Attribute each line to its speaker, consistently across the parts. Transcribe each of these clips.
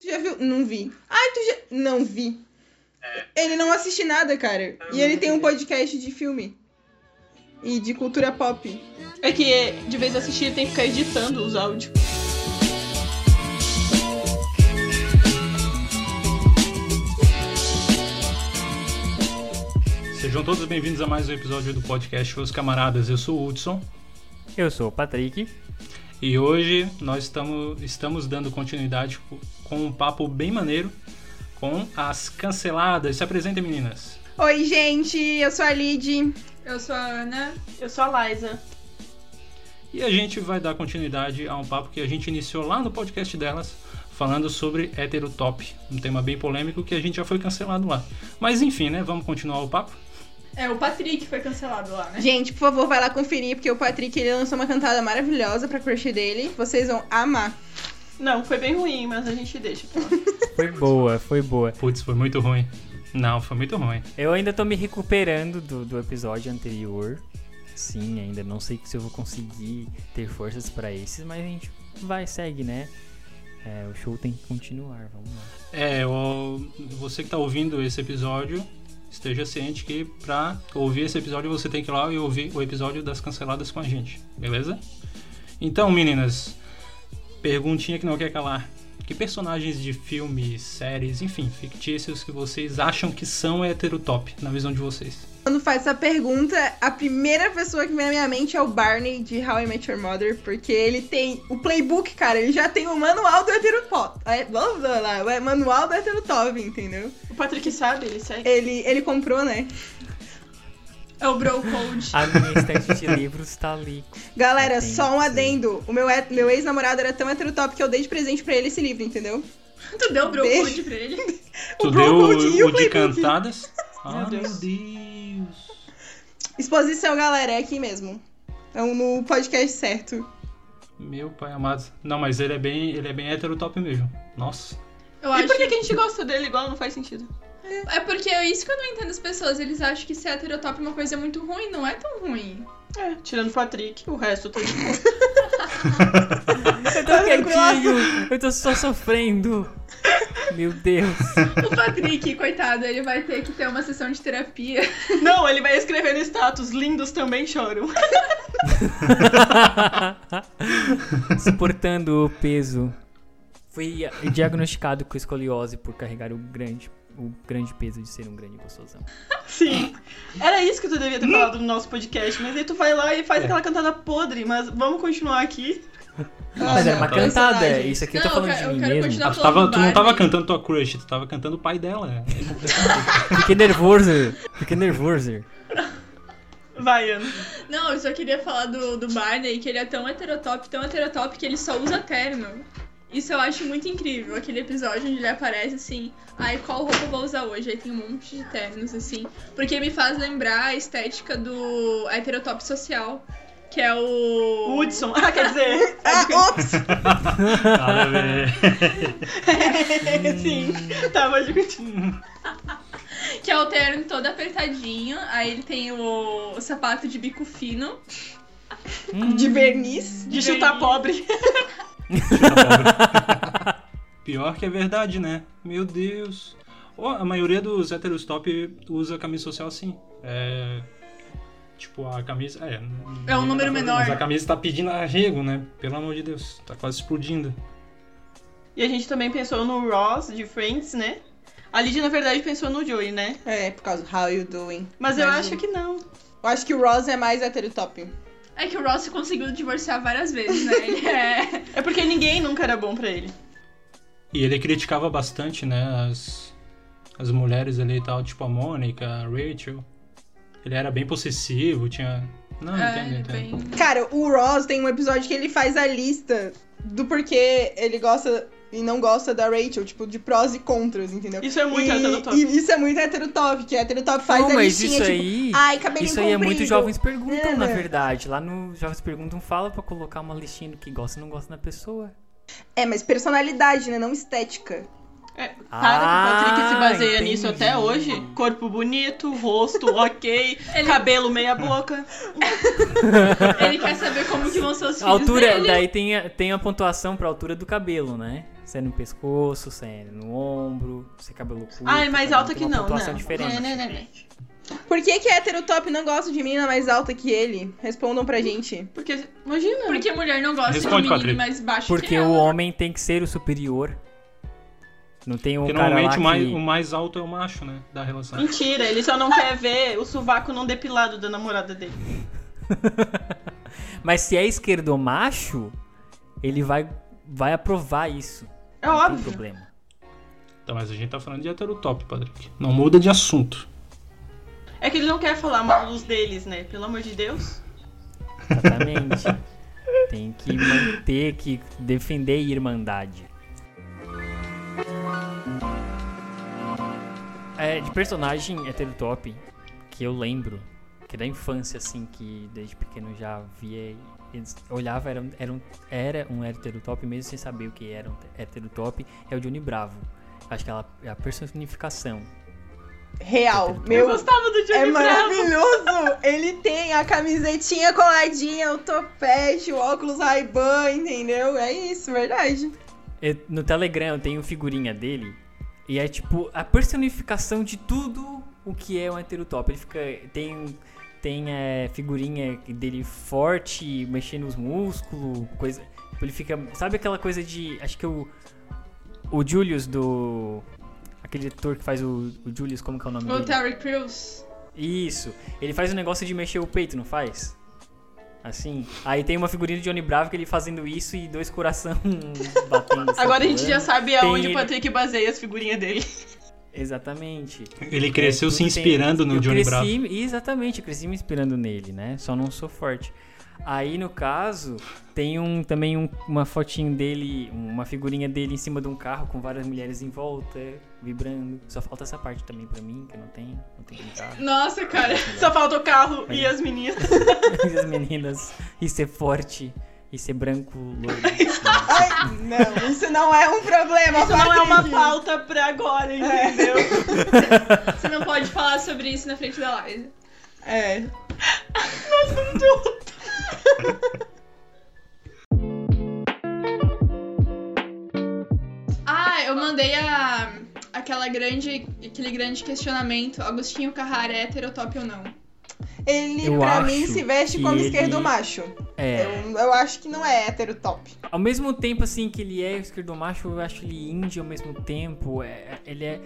Speaker 1: Tu já viu? Não vi. Ai, tu já. Não vi. Ele não assiste nada, cara. E ele tem um podcast de filme. E de cultura pop.
Speaker 2: É que de vez em assistir tem que ficar editando os áudios.
Speaker 3: Sejam todos bem-vindos a mais um episódio do podcast Os Camaradas. Eu sou o Hudson
Speaker 4: Eu sou o Patrick.
Speaker 3: e hoje nós tamo, estamos dando continuidade co- com um papo bem maneiro com as canceladas. Se apresentem, meninas.
Speaker 1: Oi, gente, eu sou a Lid.
Speaker 5: Eu sou a Ana.
Speaker 2: Eu sou a Liza.
Speaker 3: E a gente vai dar continuidade a um papo que a gente iniciou lá no podcast delas, falando sobre hétero top, um tema bem polêmico que a gente já foi cancelado lá. Mas enfim, né? Vamos continuar o papo.
Speaker 5: É, o Patrick foi cancelado lá, né?
Speaker 1: Gente, por favor, vai lá conferir, porque o Patrick ele lançou uma cantada maravilhosa pra crush dele. Vocês vão amar.
Speaker 2: Não, foi bem ruim, mas a gente deixa. pra lá.
Speaker 4: Foi boa, foi boa.
Speaker 3: Putz, foi muito ruim. Não, foi muito ruim.
Speaker 4: Eu ainda tô me recuperando do, do episódio anterior. Sim, ainda não sei se eu vou conseguir ter forças pra esses, mas a gente vai, segue, né? É, o show tem que continuar, vamos lá.
Speaker 3: É, o- você que tá ouvindo esse episódio, esteja ciente que pra ouvir esse episódio você tem que ir lá e ouvir o episódio das canceladas com a gente, beleza? Então, meninas, perguntinha que não quer calar. Que personagens de filmes, séries, enfim, fictícios que vocês acham que são heterotop, na visão de vocês?
Speaker 1: Quando faz essa pergunta, a primeira pessoa que vem na minha mente é o Barney de How I Met Your Mother, porque ele tem o playbook, cara, ele já tem o manual do heterotop. É, blá, blá, blá, é manual do heterotop, entendeu?
Speaker 2: O Patrick sabe, ele segue.
Speaker 1: Ele, ele comprou, né?
Speaker 5: É o Bro Code.
Speaker 4: A minha estante de livros tá ali.
Speaker 1: Galera,
Speaker 4: Entendi.
Speaker 1: só um adendo. O meu, he- meu ex-namorado era tão heterotop que eu dei de presente pra ele esse livro, entendeu?
Speaker 5: tu deu o Bro
Speaker 1: Beijo.
Speaker 5: Code pra ele?
Speaker 3: tu deu
Speaker 1: Bro Code e
Speaker 3: o,
Speaker 1: o
Speaker 3: o
Speaker 1: Playbook.
Speaker 3: de cantadas? Ah, meu
Speaker 2: Deus.
Speaker 3: Deus.
Speaker 1: Exposição, galera, é aqui mesmo. Então, no podcast certo.
Speaker 3: Meu pai amado. Não, mas ele é bem, ele é bem heterotop mesmo. Nossa.
Speaker 5: Eu
Speaker 2: E
Speaker 5: acho.
Speaker 2: por que, que a gente gosta dele igual? Não faz sentido.
Speaker 5: É porque é isso que eu não entendo as pessoas. Eles acham que ser heterotop é uma coisa muito ruim. Não é tão ruim.
Speaker 2: É, tirando o Patrick, o resto eu tô de boa.
Speaker 4: Eu tô tá quietinho, eu tô só sofrendo. Meu Deus.
Speaker 5: O Patrick, coitado, ele vai ter que ter uma sessão de terapia.
Speaker 2: Não, ele vai escrever no status: lindos também choram.
Speaker 4: Suportando o peso. Fui eh, diagnosticado com escoliose por carregar o grande, o grande peso de ser um grande gostosão.
Speaker 2: Sim. Era isso que tu devia ter
Speaker 5: Hum.
Speaker 2: falado no nosso podcast, mas aí tu vai lá e faz
Speaker 3: É.
Speaker 2: aquela cantada podre, mas vamos continuar aqui.
Speaker 4: Mas era uma
Speaker 3: tá.
Speaker 4: cantada, é
Speaker 1: personagem.
Speaker 4: isso aqui eu tô
Speaker 5: Não, eu
Speaker 4: falando de
Speaker 5: quero-
Speaker 4: mim
Speaker 5: eu quero
Speaker 4: mesmo.
Speaker 5: continuar
Speaker 3: Ah, tu, tava-
Speaker 5: falando
Speaker 3: tu não
Speaker 5: do
Speaker 3: tava
Speaker 5: Barney.
Speaker 3: cantando tua crush, tu tava cantando o pai dela. é.
Speaker 4: Ah, Fiquei nervoso, fiquei nervoso.
Speaker 2: Vai, Ana.
Speaker 5: Não, eu só queria falar do, do Barney, que ele é tão heterotop, tão heterotop que ele só usa terno. Isso eu acho muito incrível, aquele episódio onde ele aparece assim, ai, qual roupa eu vou usar hoje? Aí tem um monte de ternos, assim. Porque me faz lembrar a estética do heterotop social, que é o. é
Speaker 2: Hudson. Ah, quer dizer.
Speaker 1: Ah, ops!
Speaker 3: Cara, velho.
Speaker 2: Sim.
Speaker 4: Hum.
Speaker 2: Tá, pode continuar.
Speaker 5: Que é o terno todo apertadinho, aí ele tem o, o sapato de bico fino.
Speaker 4: Hum.
Speaker 1: De verniz.
Speaker 2: De chutar pobre.
Speaker 3: Pior que é verdade, né? Meu Deus. Ó, a maioria dos héteros top usa camisa social assim. É. Tipo, a camisa. É,
Speaker 5: É um número menor.
Speaker 3: Mas a camisa tá pedindo arrego, né? Pelo amor de Deus. Tá quase explodindo.
Speaker 2: E a gente também pensou no Ross, de Friends, né? A Lidia, na verdade, pensou no Joey, né?
Speaker 1: É, por causa do How You Doing.
Speaker 2: Mas eu
Speaker 1: Mas
Speaker 2: acho
Speaker 1: o-
Speaker 2: que não.
Speaker 1: Eu acho que o Ross é mais heterotop.
Speaker 5: É que o Ross conseguiu divorciar várias vezes, né? Ele é.
Speaker 2: É porque ninguém nunca era bom pra ele.
Speaker 3: E ele criticava bastante, né? As, as mulheres ali e tal, tipo a Mônica, a Rachel. Ele era bem possessivo, tinha. Não, entendo,
Speaker 5: é,
Speaker 3: entendo.
Speaker 5: bem...
Speaker 1: Cara, o Ross tem um episódio que ele faz a lista do porquê ele gosta e não gosta da Rachel, tipo, de prós e contras, entendeu?
Speaker 2: Isso é muito
Speaker 1: e,
Speaker 2: heterotop.
Speaker 1: E isso é muito heterotop, que heterotop faz
Speaker 4: Não,
Speaker 1: a
Speaker 4: mas
Speaker 1: listinha,
Speaker 4: isso
Speaker 1: tipo,
Speaker 4: aí.
Speaker 1: ai, cabelinho
Speaker 4: Isso aí é muito
Speaker 1: comprido.
Speaker 4: Jovens Perguntam, na
Speaker 1: É.
Speaker 4: verdade. Lá no Jovens Perguntam fala pra colocar uma listinha do que gosta e não gosta da pessoa.
Speaker 1: É, mas personalidade, né? Não estética.
Speaker 2: Para que o Patrick se
Speaker 4: Ah,
Speaker 2: baseia nisso
Speaker 4: entendi.
Speaker 2: até hoje. Corpo bonito, rosto ok,
Speaker 5: Ele-
Speaker 2: cabelo meia boca.
Speaker 5: Ele quer saber como que vão ser os filhos
Speaker 4: A altura,
Speaker 2: é
Speaker 5: dele.
Speaker 4: daí tem a, tem a pontuação pra altura do cabelo, né? Se é no pescoço, se é no ombro, se é cabelo curto.
Speaker 2: Ah, é mais
Speaker 4: cada um
Speaker 2: alta
Speaker 4: tem
Speaker 2: que
Speaker 4: uma
Speaker 2: não,
Speaker 4: pontuação
Speaker 2: não.
Speaker 4: diferente.
Speaker 2: Né, né, né, né.
Speaker 1: Por que que hétero top não gosta de menina mais alta que ele? Respondam pra gente.
Speaker 2: Porque, imagina.
Speaker 5: Porque mulher não gosta
Speaker 3: Responde,
Speaker 5: de um menino
Speaker 3: Patrick.
Speaker 5: mais baixo que
Speaker 4: Porque
Speaker 2: é
Speaker 5: ela.
Speaker 4: o homem tem que ser o superior. Não tem um
Speaker 3: Porque
Speaker 4: cara lá
Speaker 3: normalmente
Speaker 4: que...
Speaker 3: o mais, o mais alto é o macho, né? Da relação.
Speaker 2: Mentira, ele só não quer ver o sovaco não depilado da namorada dele.
Speaker 4: Mas se é esquerdo macho, ele vai, vai aprovar isso.
Speaker 2: É
Speaker 4: não tem
Speaker 2: óbvio.
Speaker 4: problema.
Speaker 3: Então, mas a gente tá falando de heterotop, Patrick. Não muda de assunto.
Speaker 2: É que ele não quer falar mal dos deles, né? Pelo amor de Deus.
Speaker 4: Exatamente. tem que manter, que defender a irmandade. É, de personagem heterotop que eu lembro, que da infância, assim, que desde pequeno já via e olhava, era, um- era, um, era um heterotop, mesmo sem saber o que era um heterotop, é o Johnny Bravo. Acho que ela é a personificação.
Speaker 1: Real. Meu,
Speaker 2: Eu gostava do
Speaker 1: é
Speaker 2: Johnny Bravo.
Speaker 1: maravilhoso. Ele tem a camisetinha coladinha, o topete, o óculos Ray-Ban, entendeu? É isso, verdade.
Speaker 4: Eu- É, no Telegram eu tenho figurinha dele e é tipo a personificação de tudo o que é um heterotop. Ele fica. Tem, tem é, figurinha dele forte, mexendo os músculos, coisa. tipo, Ele fica. Sabe aquela coisa de. Acho que o. O Julius do. Aquele ator que faz o, o Julius, como que é o nome
Speaker 5: O
Speaker 4: dele?
Speaker 5: Terry Crews.
Speaker 4: Isso. Ele faz um negócio de mexer o peito, não faz? Assim. Aí tem uma figurinha do Johnny Bravo que ele fazendo isso e dois coração batendo. assim,
Speaker 2: Agora a gente
Speaker 4: voando.
Speaker 2: já sabe aonde
Speaker 4: Tem-
Speaker 2: o Patrick baseia as figurinhas dele.
Speaker 4: Exatamente.
Speaker 3: Ele cresceu
Speaker 4: É,
Speaker 3: se
Speaker 4: tudo
Speaker 3: inspirando
Speaker 4: tem-
Speaker 3: no
Speaker 4: eu
Speaker 3: Johnny
Speaker 4: cresci,
Speaker 3: Bravo.
Speaker 4: Exatamente, eu cresci me inspirando nele, né? Só não sou forte. Aí, no caso, tem um, também um- uma fotinho dele, uma figurinha dele em cima de um carro com várias mulheres em volta, vibrando. Só falta essa parte também pra mim, que não tem, não tem como carro.
Speaker 5: Nossa, cara.
Speaker 2: Só falta o carro e as meninas.
Speaker 4: E as meninas, e ser forte, e ser branco, loiro. né?
Speaker 2: Ah.
Speaker 1: Ai, não, isso não é um problema,
Speaker 2: Isso não é uma
Speaker 1: Patrick.
Speaker 2: pauta pra agora, entendeu?
Speaker 5: Você não pode falar sobre isso na frente da live.
Speaker 1: É.
Speaker 5: Ah, eu mandei a, aquela grande, aquele grande questionamento. Agostinho Carrara é heterotop ou não?
Speaker 1: Ele,
Speaker 4: Eu
Speaker 1: pra
Speaker 4: acho
Speaker 1: mim, se veste
Speaker 4: que
Speaker 1: como
Speaker 4: ele-
Speaker 1: esquerdo macho.
Speaker 4: É.
Speaker 1: Eu, eu acho que não é hétero top.
Speaker 4: Ao mesmo tempo, assim, que ele é esquerdomacho, eu acho ele índio ao mesmo tempo. é- ele é.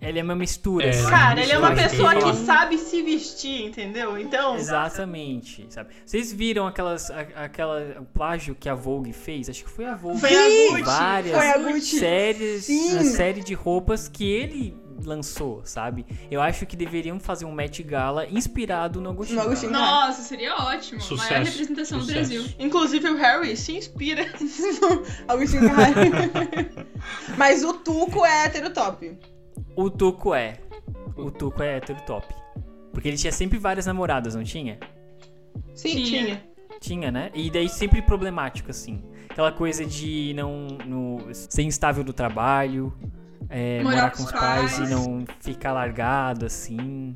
Speaker 4: Ele é uma mistura.
Speaker 3: É,
Speaker 4: assim,
Speaker 2: Cara, ele é uma
Speaker 4: eu acho que
Speaker 2: pessoa
Speaker 4: ele um
Speaker 2: que
Speaker 4: fala-
Speaker 2: sabe se vestir, entendeu? Então,
Speaker 4: Exatamente, sabe? Vocês viram aquelas, a- aquela o plágio que a Vogue fez? Acho que foi a Vogue.
Speaker 2: Foi a
Speaker 1: Sim,
Speaker 2: Gucci.
Speaker 4: várias
Speaker 1: Foi a Gucci.
Speaker 4: séries,
Speaker 1: Sim.
Speaker 4: uma série de roupas que ele lançou, sabe? Eu acho que deveriam fazer um Met Gala inspirado no Agostinho.
Speaker 1: No Agostinho. Não.
Speaker 5: Nossa, seria ótimo. Maior
Speaker 3: Sucesso.
Speaker 5: representação do
Speaker 3: Sucesso.
Speaker 5: Brasil.
Speaker 2: inclusive o Harry se inspira.
Speaker 1: Agostinho Carrari. Mas o Tuco é hétero top.
Speaker 4: O Tuco é. O Tuco é hétero top. Porque ele tinha sempre várias namoradas, não tinha?
Speaker 1: Sim.
Speaker 2: Tinha.
Speaker 4: Tinha, né? E daí sempre problemático, assim. Aquela coisa de não. no- ser instável do trabalho, é, morar, com os pais. e não ficar largado, assim.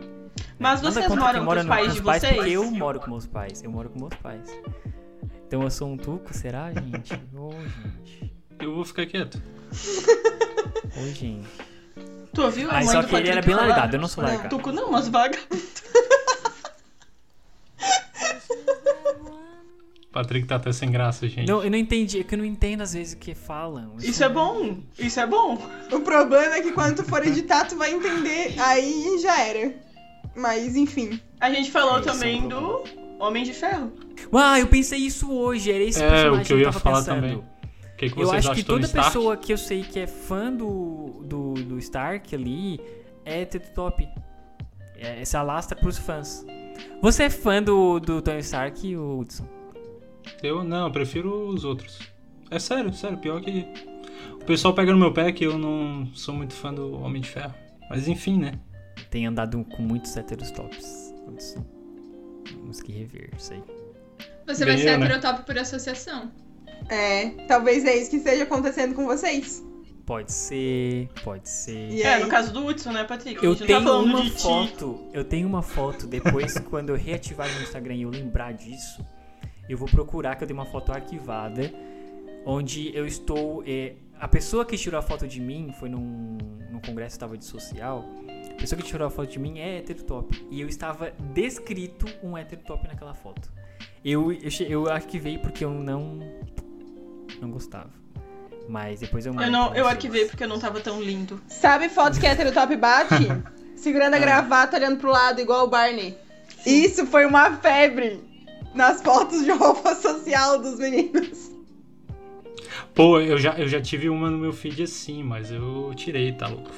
Speaker 2: Mas
Speaker 4: Nada
Speaker 2: vocês
Speaker 4: contra
Speaker 2: moram
Speaker 4: quem
Speaker 2: com
Speaker 4: mora
Speaker 2: os
Speaker 4: no-
Speaker 2: pais
Speaker 4: com os
Speaker 2: de
Speaker 4: pais,
Speaker 2: vocês?
Speaker 4: Porque eu moro com meus pais. Eu moro com meus pais. Então eu sou um tuco, será, gente? Ô, gente.
Speaker 3: Eu vou ficar quieto.
Speaker 4: Ô, gente.
Speaker 2: Tu ouviu a
Speaker 4: Mas
Speaker 2: mãe
Speaker 4: só
Speaker 2: do
Speaker 4: que ele era
Speaker 2: Patrick
Speaker 4: bem
Speaker 2: falar?
Speaker 4: largado, eu não sou largado.
Speaker 2: Tuco não, mas vaga.
Speaker 3: Patrick tá até sem graça, gente.
Speaker 4: Não, eu não entendi. É que eu não entendo às vezes o que falam. Eu
Speaker 2: Isso
Speaker 4: sou-
Speaker 2: é bom. Isso é bom.
Speaker 1: O problema é que quando tu for editar, tu vai entender. Aí já era. Mas enfim.
Speaker 2: A gente falou
Speaker 4: Isso é um
Speaker 2: também do
Speaker 4: problema.
Speaker 2: Homem de Ferro.
Speaker 4: Ah, eu pensei isso hoje. Era esse
Speaker 3: É,
Speaker 4: personagem
Speaker 3: o que eu ia
Speaker 4: tava
Speaker 3: falar
Speaker 4: pensando.
Speaker 3: também. O que, que
Speaker 4: Eu
Speaker 3: vocês
Speaker 4: acho
Speaker 3: acham
Speaker 4: que
Speaker 3: do Tony
Speaker 4: toda
Speaker 3: Stark?
Speaker 4: pessoa que eu sei que é fã do, do, do Stark ali é teto top. É, se alastra pros fãs. Você é fã do, do Tony Stark, Hudson?
Speaker 3: Eu não, eu prefiro os outros. É sério, sério, pior que. O pessoal pega no meu pé que eu não sou muito fã do Homem de Ferro. Mas enfim, né?
Speaker 4: Tem andado com muitos héteros tops, Hudson. Temos que rever isso aí.
Speaker 5: Você vai
Speaker 3: Ganhou,
Speaker 5: ser
Speaker 3: né?
Speaker 5: heterotop por associação.
Speaker 1: É, talvez é isso que esteja acontecendo com vocês.
Speaker 4: Pode ser, pode ser.
Speaker 1: E
Speaker 2: É,
Speaker 1: aí?
Speaker 2: no caso do Hudson, né, Patrick? a
Speaker 4: Eu
Speaker 2: gente não
Speaker 4: tenho
Speaker 2: tá falando
Speaker 4: uma
Speaker 2: de ti.
Speaker 4: foto, eu tenho uma foto depois quando eu reativar meu Instagram e eu lembrar disso, eu vou procurar que eu tenho uma foto arquivada onde eu estou eh, A pessoa que tirou a foto de mim foi num, num congresso que estava de social. A pessoa que tirou a foto de mim é hétero top. E eu estava descrito um hétero top naquela foto. Eu, eu, che- eu arquivei porque eu não. Não gostava. Mas depois eu
Speaker 2: Eu,
Speaker 4: mando
Speaker 2: não,
Speaker 4: pra
Speaker 2: eu
Speaker 4: vocês.
Speaker 2: arquivei porque eu não tava tão lindo.
Speaker 1: Sabe foto que é hétero top bate? Segurando a
Speaker 4: Ah.
Speaker 1: gravata, olhando pro lado, igual o Barney. Isso foi uma febre nas fotos de roupa social dos meninos.
Speaker 3: Pô, eu já, eu já tive uma no meu feed assim, mas eu tirei, tá louco?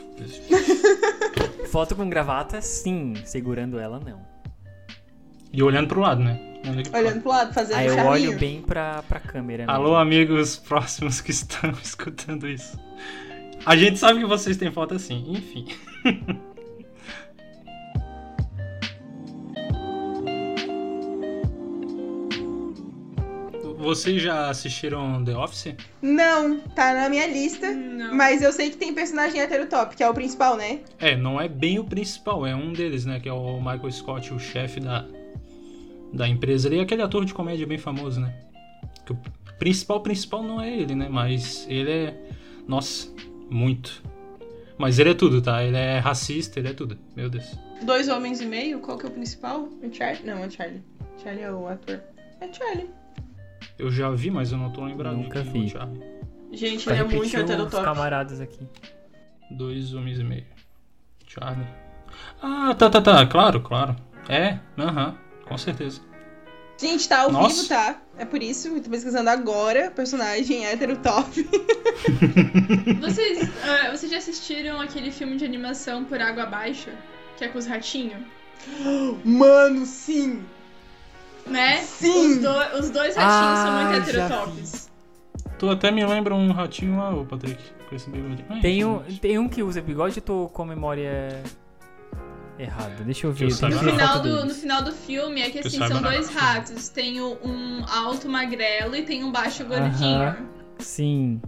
Speaker 4: Foto com gravata, sim. Segurando ela, não.
Speaker 3: E olhando pro lado, né? Olhando aqui pro lado.
Speaker 1: Olhando pro lado, fazendo
Speaker 4: Aí Ah, eu
Speaker 1: charminho.
Speaker 4: olho bem pra, pra câmera. né?
Speaker 3: Alô, amigos próximos que estão escutando isso. A gente sabe que vocês têm foto assim, enfim. Vocês já assistiram The Office?
Speaker 1: Não, tá na minha lista.
Speaker 5: Não.
Speaker 1: Mas eu sei que tem personagem hétero top, que é o principal, né?
Speaker 3: É, não é bem o principal, é um deles, né? Que é o Michael Scott, o chefe da, da empresa ali. Aquele ator de comédia bem famoso, né? Que o principal, principal não é ele, né? Mas ele é. Nossa, muito. Mas ele é tudo, tá? Ele é racista, ele é tudo. Meu Deus.
Speaker 2: Dois homens e meio, qual que é o principal?
Speaker 1: O Charlie? Não, é o Charlie. Charlie é o ator. É Charlie.
Speaker 3: Eu já vi, mas eu não tô lembrado
Speaker 4: Nunca
Speaker 3: de quem é o
Speaker 4: vi.
Speaker 3: Charlie.
Speaker 2: Gente,
Speaker 4: Pra
Speaker 2: ele é
Speaker 4: repetir
Speaker 2: muito
Speaker 4: os
Speaker 2: heterotop.
Speaker 4: camaradas aqui.
Speaker 3: Dois homens e meio. Charlie. Ah, tá, tá, tá. Claro, claro. É, aham. com certeza.
Speaker 1: Gente, tá ao
Speaker 3: Nossa.
Speaker 1: vivo, tá? É por isso, eu tô pesquisando agora, personagem hétero top.
Speaker 5: Vocês, ah, vocês já assistiram aquele filme de animação por água abaixo? Que é com os ratinhos?
Speaker 1: Mano, sim!
Speaker 5: Né?
Speaker 1: Sim.
Speaker 5: Os, do- os dois ratinhos são
Speaker 4: Ah,
Speaker 5: muito
Speaker 4: já
Speaker 5: heterotops.
Speaker 3: Tu até me lembra um ratinho lá, ô Patrick, com esse bigode. Ai,
Speaker 4: Tem um,
Speaker 3: gente.
Speaker 4: tem um que usa bigode, eu tô com a memória errada. Deixa eu ver.
Speaker 3: Eu
Speaker 4: tem
Speaker 3: saiba
Speaker 5: No
Speaker 4: que ver a
Speaker 5: final,
Speaker 4: foto
Speaker 5: do,
Speaker 4: deles.
Speaker 5: no final do filme é que
Speaker 3: Que
Speaker 5: assim,
Speaker 3: saiba
Speaker 5: são
Speaker 3: nada.
Speaker 5: dois ratos. Tem o- um alto magrelo e tem um baixo gordinho.
Speaker 4: Aham. Sim.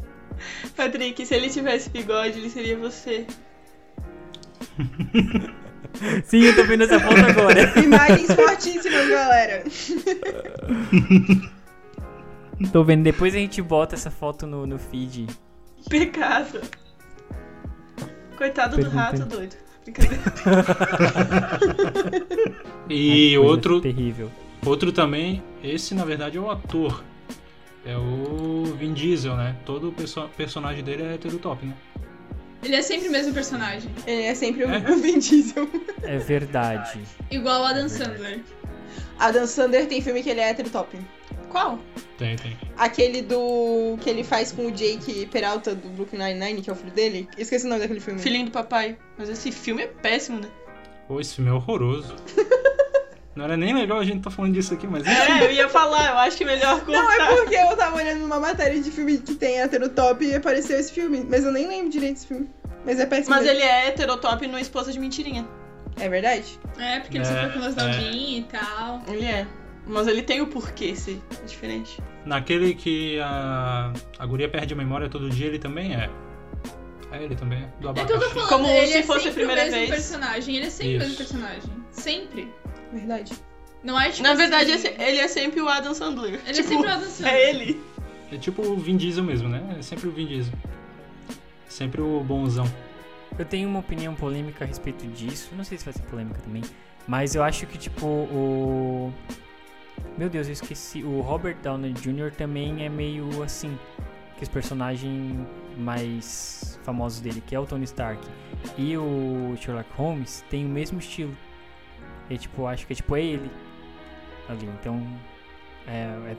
Speaker 2: Patrick, se ele tivesse bigode, ele seria você.
Speaker 4: Sim, eu tô vendo essa foto agora.
Speaker 1: Imagens fortíssimas, galera.
Speaker 4: tô vendo. Depois a gente bota essa foto no, no feed.
Speaker 2: Pecado. Coitado do
Speaker 4: Pergunta.
Speaker 2: rato doido. Brincadeira.
Speaker 4: Ai,
Speaker 3: E
Speaker 4: que coisa
Speaker 3: outro,
Speaker 4: Terrível.
Speaker 3: outro também, esse na verdade é o ator. É o Vin Diesel, né? Todo perso personagem dele é heterotop, né?
Speaker 5: Ele é sempre o mesmo personagem.
Speaker 1: Ele é sempre o
Speaker 3: É.
Speaker 1: o Vin Diesel.
Speaker 4: É verdade.
Speaker 5: Igual o Adam Sandler.
Speaker 1: Adam Sandler tem filme que ele é hétero top.
Speaker 5: Qual?
Speaker 3: Tem, tem.
Speaker 1: Aquele do. que ele faz com o Jake Peralta do Brooklyn Nine-Nine, que é o filho dele. Esqueci o nome daquele filme.
Speaker 2: Filhinho do papai. Mas esse filme é péssimo, né?
Speaker 3: Pô, esse filme é horroroso. Não era nem legal a gente tá falando disso aqui, mas.
Speaker 2: É, eu ia falar, eu acho que é melhor
Speaker 1: Não,
Speaker 2: cortar.
Speaker 1: é porque eu tava olhando uma matéria de filme que tem hétero top e apareceu esse filme. Mas eu nem lembro direito desse filme. Mas é péssimo.
Speaker 2: Mas
Speaker 1: mesmo.
Speaker 2: ele é heterotop no Esposa de Mentirinha.
Speaker 1: É verdade?
Speaker 5: É, porque ele
Speaker 3: É,
Speaker 5: sofreu com as
Speaker 3: é.
Speaker 5: novinhas e tal.
Speaker 2: Ele é. Mas ele tem o porquê, se é diferente.
Speaker 3: Naquele que a, a guria perde a memória todo dia, ele também é. É ele também, é. do
Speaker 5: É que eu tô
Speaker 3: abacaxi.
Speaker 5: falando,
Speaker 2: Como
Speaker 5: ele
Speaker 2: se
Speaker 5: é
Speaker 2: fosse a
Speaker 5: sempre
Speaker 2: primeira
Speaker 5: o mesmo
Speaker 2: vez.
Speaker 5: personagem. Ele é sempre o mesmo
Speaker 3: Isso.
Speaker 5: personagem. Sempre.
Speaker 1: Verdade.
Speaker 5: Não é tipo
Speaker 2: Na verdade,
Speaker 5: assim,
Speaker 2: esse- ele é sempre o Adam Sandler.
Speaker 5: Ele é
Speaker 2: Tipo,
Speaker 5: sempre o Adam Sandler.
Speaker 2: É ele.
Speaker 3: É tipo o Vin Diesel mesmo, né? É sempre o Vin Diesel. Sempre o bonzão.
Speaker 4: Eu tenho uma opinião polêmica a respeito disso. Não sei se vai ser polêmica também. Mas eu acho que, tipo, o. Meu Deus, eu esqueci. O Robert Downey Jr. também é meio assim. Que os personagens mais famosos dele, que é o Tony Stark e o Sherlock Holmes, tem o mesmo estilo. E, tipo, eu acho que é tipo é ele. Ali, então. É. É,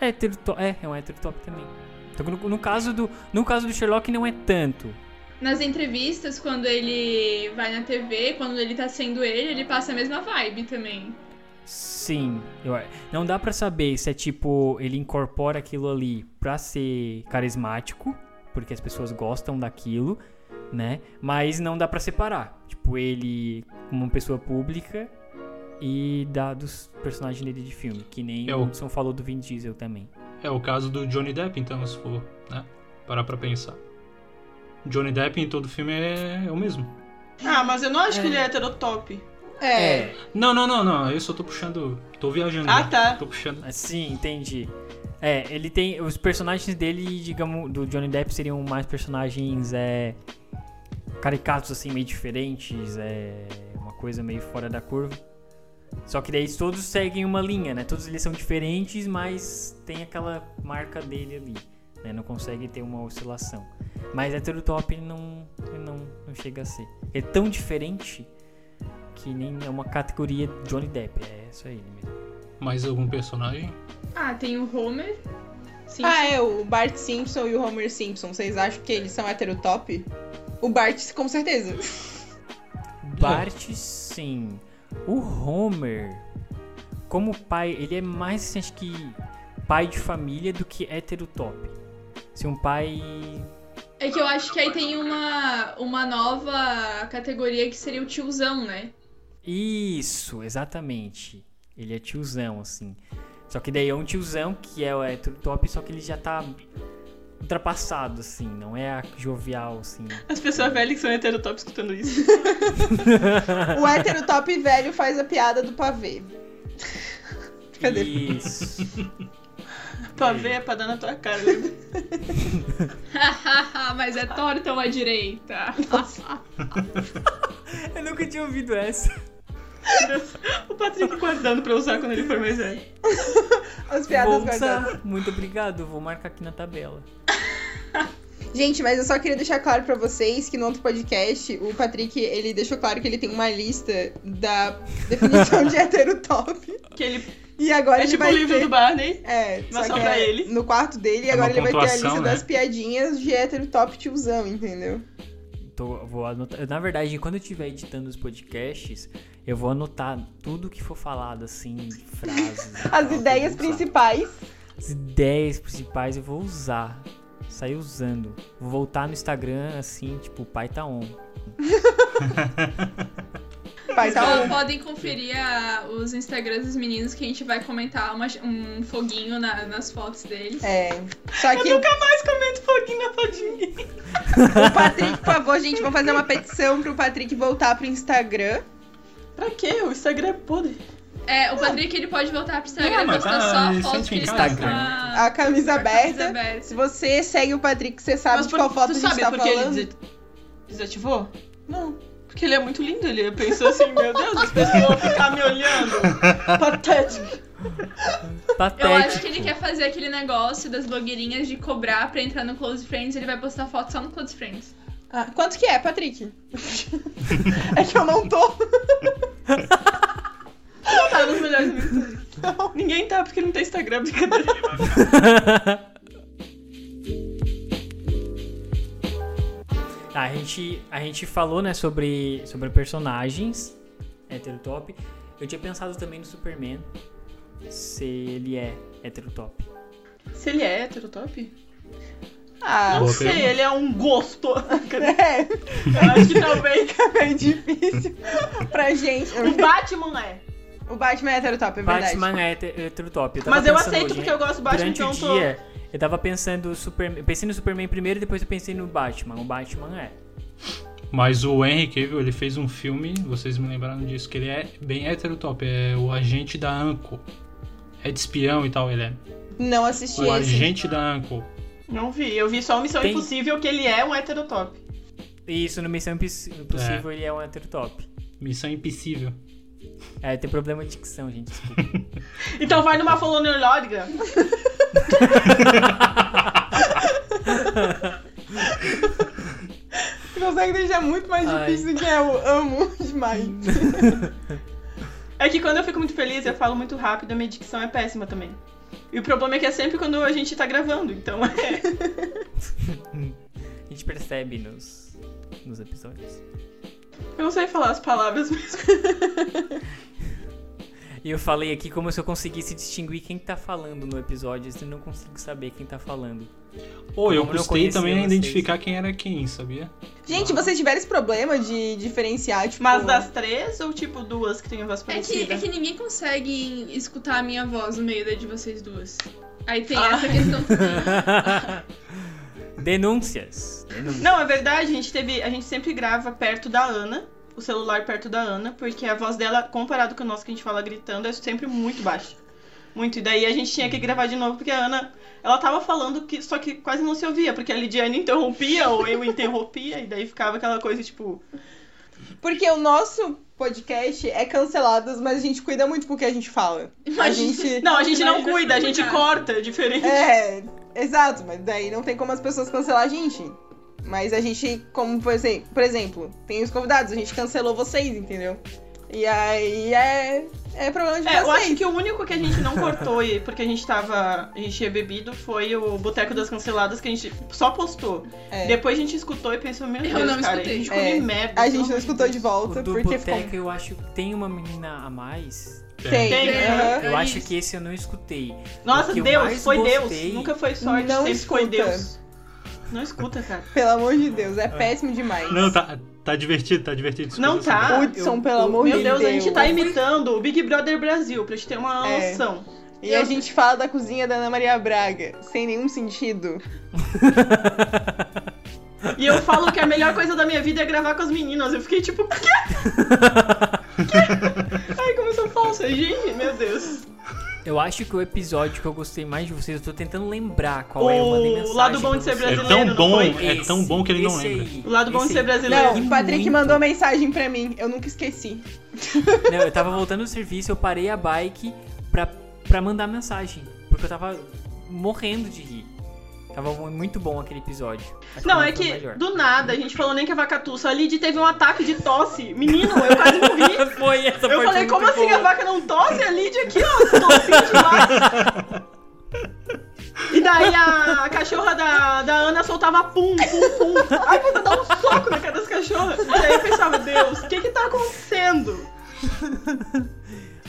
Speaker 4: é, hétero to- é, é um hétero top também. Então, no, no caso do, no caso do Sherlock, não é tanto.
Speaker 5: Nas entrevistas, quando ele vai na TV, quando ele tá sendo ele, ele passa a mesma vibe também.
Speaker 4: Sim, eu a- não dá pra saber se é tipo ele incorpora aquilo ali pra ser carismático, porque as pessoas gostam daquilo, né? Mas não dá pra separar, tipo ele como uma pessoa pública e da dos personagens dele de filme, que nem
Speaker 3: É
Speaker 4: o
Speaker 3: o-
Speaker 4: Hudson falou do Vin Diesel também.
Speaker 3: É o caso do Johnny Depp, então, se for, né? Parar pra pensar. Johnny Depp em todo filme é, é o mesmo.
Speaker 2: Ah, mas eu não acho que ele é heterotop.
Speaker 1: É.
Speaker 3: Não, não, não, não. Eu só tô puxando. Tô viajando.
Speaker 2: Ah,
Speaker 3: né?
Speaker 2: tá.
Speaker 3: Tô puxando.
Speaker 4: Assim, entendi. É, ele tem. Os personagens dele, digamos, do Johnny Depp seriam mais personagens é, caricatos, assim, meio diferentes, é, uma coisa meio fora da curva. Só que daí todos seguem uma linha, né? Todos eles são diferentes, mas tem aquela marca dele ali. Né? Não consegue ter uma oscilação. Mas hétero top ele não, ele não, não chega a ser. É tão diferente que nem é uma categoria Johnny Depp. É isso aí mesmo.
Speaker 3: Mais algum personagem?
Speaker 5: Ah, tem o Homer. Sim.
Speaker 1: Ah, é, o Bart Simpson e o Homer Simpson. Vocês acham que eles são heterotop? O Bart, com certeza.
Speaker 4: Bart, sim. O Homer, como pai, ele é mais assim, acho que pai de família do que hétero top. Se um pai.
Speaker 5: É que eu acho que aí tem uma, uma nova categoria que seria o tiozão, né?
Speaker 4: Isso, exatamente. Ele é tiozão, assim. Só que daí é um tiozão que é o hétero top, só que ele já tá ultrapassado, assim. Não é a jovial, assim.
Speaker 2: As pessoas velhas que são heterotop escutando isso.
Speaker 1: O hétero top velho faz a piada do pavê. Cadê?
Speaker 4: Isso.
Speaker 2: Tua veia é pra dar na tua cara, lembra?
Speaker 5: Mas é torta ou à direita?
Speaker 4: Eu nunca tinha ouvido essa.
Speaker 2: O Patrick guardando pra usar quando ele for mais velho.
Speaker 1: As piadas
Speaker 4: Vou
Speaker 1: guardadas.
Speaker 4: usar. Muito obrigado, vou marcar aqui na tabela.
Speaker 1: Gente, mas eu só queria deixar claro pra vocês que no outro podcast, o Patrick, ele deixou claro que ele tem uma lista da definição de hétero top.
Speaker 2: Que ele
Speaker 1: E agora
Speaker 2: é
Speaker 1: ele
Speaker 2: tipo
Speaker 1: vai
Speaker 2: o livro
Speaker 1: ter...
Speaker 2: do Barney.
Speaker 1: É,
Speaker 2: Mas
Speaker 1: só
Speaker 2: só
Speaker 1: que
Speaker 2: pra
Speaker 1: é
Speaker 2: ele.
Speaker 1: no quarto dele e
Speaker 3: É
Speaker 1: agora
Speaker 3: uma
Speaker 1: ele vai ter a lista
Speaker 3: pontuação,
Speaker 1: das
Speaker 3: né?
Speaker 1: piadinhas de hétero top tiozão, entendeu?
Speaker 4: Tô- vou anotar. Na verdade, quando eu estiver editando os podcasts, eu vou anotar tudo que for falado, assim, frases. e tal,
Speaker 1: As
Speaker 4: que eu
Speaker 1: ideias
Speaker 4: vou usar.
Speaker 1: principais.
Speaker 4: As ideias principais eu vou usar. Sair usando. Vou voltar no Instagram, assim, tipo, o pai tá on.
Speaker 1: Pai, tá
Speaker 3: é.
Speaker 5: Então,
Speaker 1: bom.
Speaker 5: podem conferir a- os Instagrams dos meninos que a gente vai comentar uma- um foguinho na- nas fotos deles.
Speaker 1: É. Só que o
Speaker 2: Nunca mais comento foguinho na fadinha.
Speaker 1: Patrick, por favor, gente, vamos fazer uma petição pro Patrick voltar pro Instagram.
Speaker 2: Pra quê? O Instagram é podre.
Speaker 5: É, o Patrick ele pode voltar pro Instagram
Speaker 3: Não,
Speaker 5: e
Speaker 3: mas
Speaker 5: postar
Speaker 3: tá,
Speaker 5: só
Speaker 3: ele
Speaker 5: a foto que
Speaker 3: sente
Speaker 5: ele
Speaker 4: em
Speaker 5: tá
Speaker 4: casa,
Speaker 5: com
Speaker 4: né?
Speaker 5: a,
Speaker 1: A camisa
Speaker 5: com a camisa
Speaker 1: aberta.
Speaker 5: aberta.
Speaker 1: Se você segue o Patrick, você sabe de
Speaker 2: por-
Speaker 1: qual foto a
Speaker 2: tu
Speaker 1: gente
Speaker 2: sabe é
Speaker 1: tá
Speaker 2: porque
Speaker 1: falando.
Speaker 2: ele des- desativou? Não. Porque ele é muito lindo, ele pensou assim, meu Deus, as pessoas vão ficar me olhando. Patético.
Speaker 4: Patético.
Speaker 5: Eu acho que ele quer fazer aquele negócio das blogueirinhas de cobrar pra entrar no Close Friends, ele vai postar foto só no Close Friends.
Speaker 1: Ah, quanto que é, Patrick? é que eu não tô.
Speaker 2: Tá nos melhores amigos. Ninguém tá, porque não tem Instagram, brincadeira.
Speaker 4: Tá, a gente, a gente falou, né, sobre, sobre personagens heterotop. Eu tinha pensado também no Superman, se ele é heterotop.
Speaker 2: Se ele é hétero, top?
Speaker 1: Ah,
Speaker 2: Não
Speaker 3: Boa
Speaker 2: sei,
Speaker 3: pergunta.
Speaker 2: ele é um gosto. Cadê?
Speaker 1: é,
Speaker 2: Eu acho que talvez.
Speaker 1: é meio difícil pra gente.
Speaker 2: O Batman é.
Speaker 1: O Batman é hétero top, é verdade.
Speaker 4: Batman é heter- heterotop. Eu tava
Speaker 2: Mas eu
Speaker 4: pensando
Speaker 2: aceito
Speaker 4: hoje,
Speaker 2: porque
Speaker 4: né?
Speaker 2: eu gosto do Batman,
Speaker 4: Durante
Speaker 2: então
Speaker 4: o
Speaker 2: tô.
Speaker 4: dia, eu tava pensando Superman, eu pensei no Superman primeiro, depois eu pensei no Batman. O Batman é.
Speaker 3: Mas o Henry Cavill, ele fez um filme, vocês me lembraram disso, que ele é bem heterotop, é o agente da Anco. É de espião e tal, ele é.
Speaker 1: Não assisti
Speaker 3: O
Speaker 1: esse.
Speaker 3: agente da Anco.
Speaker 2: Não vi, eu vi só o Missão
Speaker 4: Tem-
Speaker 2: Impossível, que ele é um hétero top.
Speaker 4: E isso no Missão Impos- Impossível ele é um heterotop.
Speaker 3: Missão Impossível.
Speaker 4: É, tem problema de dicção, gente, desculpa.
Speaker 2: Então vai numa folonelóriga.
Speaker 1: Você consegue deixar muito mais
Speaker 4: Ai.
Speaker 1: difícil do que eu amo demais.
Speaker 2: É que quando eu fico muito feliz, eu falo muito rápido, a minha dicção é péssima também. E o problema é que é sempre quando a gente tá gravando, então é.
Speaker 4: A gente percebe nos, nos episódios.
Speaker 2: Eu não sei falar as palavras mesmo.
Speaker 4: E eu falei aqui como se eu conseguisse distinguir quem tá falando no episódio, se eu não consigo saber quem tá falando.
Speaker 3: Ou eu
Speaker 4: Como não
Speaker 3: custei
Speaker 4: conhecer
Speaker 3: também a
Speaker 4: vocês.
Speaker 3: identificar quem era quem, sabia?
Speaker 1: Gente, vocês tiveram esse problema de diferenciar, tipo...
Speaker 2: Mas das três ou tipo duas que tem a voz
Speaker 5: É que,
Speaker 2: parecida?
Speaker 5: é que ninguém consegue escutar a minha voz no meio da de vocês duas. Aí tem
Speaker 2: Ah.
Speaker 5: essa questão.
Speaker 4: Denúncias. Denúncias.
Speaker 2: Não, é verdade, a gente teve. A gente sempre grava perto da Ana, o celular perto da Ana, porque a voz dela, comparado com o nosso que a gente fala gritando, é sempre muito baixa. muito. E daí a gente tinha que gravar de novo, porque a Ana, ela tava falando, que só que quase não se ouvia, porque a Lidiane interrompia ou eu interrompia, e daí ficava aquela coisa tipo.
Speaker 1: Porque o nosso podcast é cancelados, mas a gente cuida muito com o que a gente fala. A gente.
Speaker 2: Não, a gente não
Speaker 5: Imagina
Speaker 2: cuida, a gente
Speaker 5: cuidar.
Speaker 2: corta, é diferente.
Speaker 1: É, exato, mas daí não tem como as pessoas cancelar a gente. Mas a gente, como por exemplo, por exemplo, tem os convidados, a gente cancelou vocês, entendeu? E aí é, é problema de
Speaker 2: É, eu acho
Speaker 1: vocês.
Speaker 2: que o único que a gente não cortou, e porque a gente tava. A gente tinha bebido, foi o Boteco das Canceladas, que a gente só postou.
Speaker 1: É.
Speaker 2: Depois a gente escutou e pensou, meu
Speaker 5: Eu
Speaker 2: Deus,
Speaker 5: não
Speaker 2: cara,
Speaker 5: escutei.
Speaker 2: a gente
Speaker 1: É,
Speaker 2: come merda. então.
Speaker 1: A
Speaker 2: pelo
Speaker 1: gente não
Speaker 2: amor
Speaker 1: escutou de
Speaker 2: Deus.
Speaker 1: volta
Speaker 4: O do
Speaker 1: porque ficou.
Speaker 4: Boteco eu acho que tem uma menina a mais.
Speaker 1: Tem,
Speaker 2: Tem,
Speaker 1: tem.
Speaker 5: né?
Speaker 4: Eu
Speaker 5: É
Speaker 4: acho
Speaker 5: isso.
Speaker 4: que esse eu não escutei.
Speaker 2: Nossa,
Speaker 4: O que eu
Speaker 2: Deus,
Speaker 4: mais
Speaker 2: foi
Speaker 4: gostei-
Speaker 2: Deus. Nunca foi sorte,
Speaker 1: Não
Speaker 2: sempre foi
Speaker 1: escuta.
Speaker 2: Deus. Não escuta, cara.
Speaker 1: Pelo amor de Deus, é péssimo demais.
Speaker 3: Não, tá, tá divertido, tá divertido. escuta
Speaker 2: Não
Speaker 3: essa
Speaker 2: tá.
Speaker 3: parte.
Speaker 1: Hudson,
Speaker 4: eu-
Speaker 1: pelo
Speaker 4: eu-
Speaker 1: amor
Speaker 2: Meu
Speaker 1: de
Speaker 2: Deus,
Speaker 1: Deus.
Speaker 2: a gente tá imitando o Big Brother Brasil, pra gente ter uma
Speaker 1: É.
Speaker 2: noção.
Speaker 1: E a gente fala da cozinha da Ana Maria Braga, sem nenhum sentido.
Speaker 2: E eu falo que a melhor coisa da minha vida é gravar com as meninas. Eu fiquei tipo, quê? quê? Ai, como eu sou falsa, gente, meu Deus.
Speaker 4: Eu acho que o episódio que eu gostei mais de vocês, eu tô tentando lembrar qual é. Eu mandei
Speaker 2: O
Speaker 4: mensagem
Speaker 2: lado bom
Speaker 4: pra
Speaker 2: de ser
Speaker 4: vocês.
Speaker 2: brasileiro.
Speaker 3: É tão
Speaker 2: não
Speaker 3: bom,
Speaker 2: foi?
Speaker 3: É tão bom que ele não
Speaker 4: esse
Speaker 3: lembra.
Speaker 4: aí,
Speaker 2: O lado bom de
Speaker 4: esse
Speaker 2: ser
Speaker 4: aí.
Speaker 2: brasileiro.
Speaker 1: Não, o Patrick
Speaker 4: tipo, muito.
Speaker 1: mandou mensagem pra mim, eu nunca esqueci.
Speaker 4: Não, eu tava voltando do serviço, eu parei a bike pra, pra mandar mensagem. Porque eu tava morrendo de rir. Tava mu- muito bom aquele episódio. Acho
Speaker 2: Não,
Speaker 4: foi
Speaker 2: é
Speaker 4: o
Speaker 2: que
Speaker 4: melhor.
Speaker 2: do nada a gente falou nem que é vacatuça. A Lid teve um ataque de tosse. Menino, eu quase morri.
Speaker 4: Foi essa parte
Speaker 2: Eu falei,
Speaker 4: muito
Speaker 2: como assim
Speaker 4: boa.
Speaker 2: a vaca não tosse? A Lid aqui, ó, tossindo de vaca. E daí a cachorra da, da Ana soltava pum, pum, pum. Ai, você dá um soco na cara das cachorras. E daí eu pensava, Deus, o que que tá acontecendo?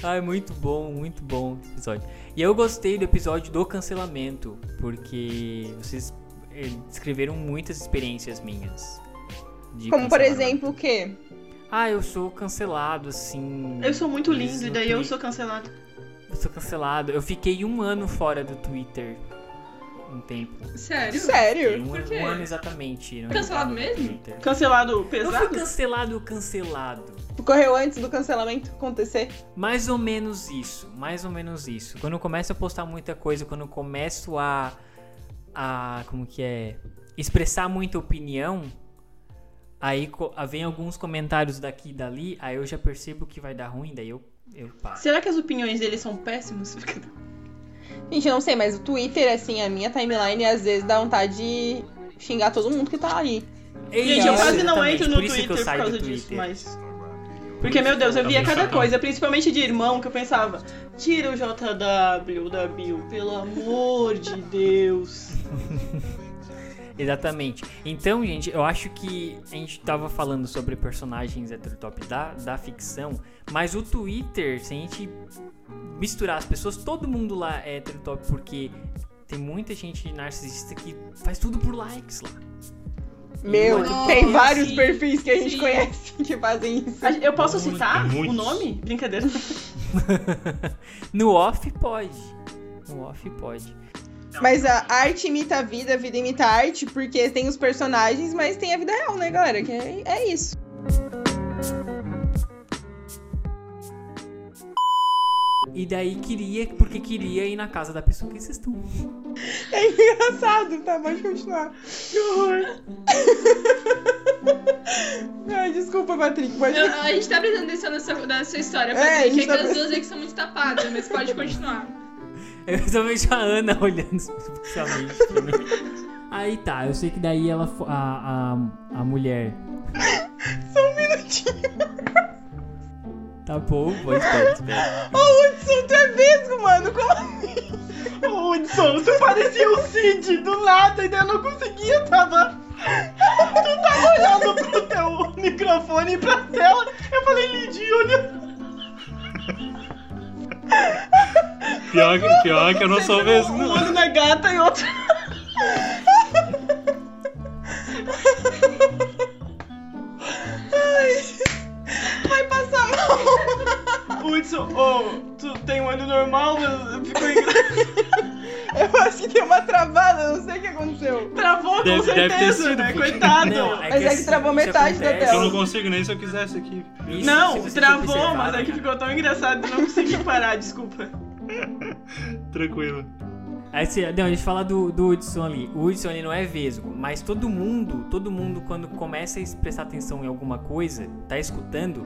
Speaker 4: Ai, muito bom, muito bom esse episódio. E eu gostei do episódio do cancelamento, porque vocês eh, descreveram muitas experiências minhas. de
Speaker 1: Como por
Speaker 4: cancelamento.
Speaker 1: exemplo o quê?
Speaker 4: Ah, eu sou cancelado, assim.
Speaker 2: Eu sou muito
Speaker 4: eles
Speaker 2: lindo e
Speaker 4: no
Speaker 2: daí eu
Speaker 4: Twitter-
Speaker 2: sou cancelado.
Speaker 4: Eu sou cancelado. Eu fiquei um ano fora do Twitter. Um tempo.
Speaker 5: Sério?
Speaker 1: Sério?
Speaker 4: Um,
Speaker 5: Por quê?
Speaker 4: um ano exatamente. não entrava
Speaker 5: Cancelado
Speaker 4: no
Speaker 5: mesmo?
Speaker 4: Twitter.
Speaker 2: Cancelado
Speaker 4: Não fui
Speaker 2: pesado?
Speaker 4: cancelado, cancelado.
Speaker 1: Correu antes do cancelamento acontecer?
Speaker 4: Mais ou menos isso, mais ou menos isso. Quando eu começo a postar muita coisa, quando eu começo a. a. como que é? expressar muita opinião, aí co- ah, vem alguns comentários daqui e dali, aí eu já percebo que vai dar ruim, daí eu, eu passo.
Speaker 2: Será que as opiniões dele são péssimas?
Speaker 1: Gente, eu não sei, mas o Twitter, assim, a minha timeline às vezes dá vontade de xingar todo mundo que tá ali.
Speaker 2: Gente, eu
Speaker 1: Isso,
Speaker 2: quase não
Speaker 4: exatamente,
Speaker 2: entro no
Speaker 4: por isso que eu
Speaker 2: Twitter por
Speaker 4: saio
Speaker 2: causa
Speaker 4: do
Speaker 2: disso,
Speaker 4: Twitter.
Speaker 2: mas. Porque, meu Deus, eu via cada coisa, principalmente de irmão, que eu pensava, tira o JW da Bill, pelo amor de Deus.
Speaker 4: Exatamente. Então, gente, eu acho que a gente tava falando sobre personagens heterotop da, da ficção, mas o Twitter, se a gente misturar as pessoas, todo mundo lá é heterotop, porque tem muita gente narcisista que faz tudo por likes lá.
Speaker 1: Meu,
Speaker 5: Nossa,
Speaker 1: tem vários
Speaker 5: sim,
Speaker 1: perfis que a gente
Speaker 5: sim.
Speaker 1: conhece que fazem isso.
Speaker 2: Eu posso
Speaker 3: Muito,
Speaker 2: citar
Speaker 3: muitos.
Speaker 2: o nome? Brincadeira.
Speaker 4: No off, pode. No off, pode.
Speaker 1: Mas a arte imita a vida, a vida imita a arte, porque tem os personagens, mas tem a vida real, né, galera? Que é, é isso.
Speaker 4: E daí queria, porque queria ir na casa da pessoa que vocês estão.
Speaker 1: É engraçado, tá? Pode continuar. Que horror. Ai, desculpa, Patrick. Pode...
Speaker 5: Eu- a gente tá prestando atenção na sua, na sua história,
Speaker 1: É,
Speaker 5: Patrick.
Speaker 1: a gente
Speaker 5: é
Speaker 1: tá
Speaker 5: que as duas aqui são muito tapadas, mas pode continuar.
Speaker 4: Eu só vejo a Ana olhando especificamente pra mim. Aí tá, eu sei que daí ela. fo- A, a, a mulher.
Speaker 1: Só um minutinho.
Speaker 4: Tá bom, pode, né? pode, espera.
Speaker 1: Ô, Hudson, tu é vesgo, mano. Como assim?
Speaker 2: Ô, Hudson, tu parecia o Cid do nada, ainda não conseguia, eu tava. Tu tava olhando pro teu microfone e pra tela. Eu falei, Lidia, olha.
Speaker 3: Pior, que- pior que eu não sou mesmo.
Speaker 2: Um
Speaker 3: não.
Speaker 2: olho na gata e outro.
Speaker 1: Ai, vai passar mal.
Speaker 2: Hudson, ô, tu tem um olho normal, mas ficou engraçado.
Speaker 1: Eu acho que tem uma travada, não sei o que aconteceu.
Speaker 2: Travou com
Speaker 3: Deve- deve ter
Speaker 2: certeza,
Speaker 3: sido,
Speaker 2: né?
Speaker 3: porque-
Speaker 2: Coitado.
Speaker 4: Não,
Speaker 1: Mas é que
Speaker 4: assim,
Speaker 1: travou
Speaker 4: isso
Speaker 1: metade da
Speaker 4: acontece.
Speaker 3: Eu
Speaker 1: tela.
Speaker 3: não consigo nem se eu quisesse aqui.
Speaker 4: Isso,
Speaker 2: Não,
Speaker 4: se vocês
Speaker 2: travou,
Speaker 4: observarem,
Speaker 2: mas é que
Speaker 4: cara.
Speaker 2: ficou tão engraçado, não consegui parar, desculpa.
Speaker 3: Tranquilo.
Speaker 4: Aí você, não, a gente fala do, do Hudson ali. O Hudson ali não é vesgo, mas todo mundo, todo mundo quando começa a prestar atenção em alguma coisa, tá escutando,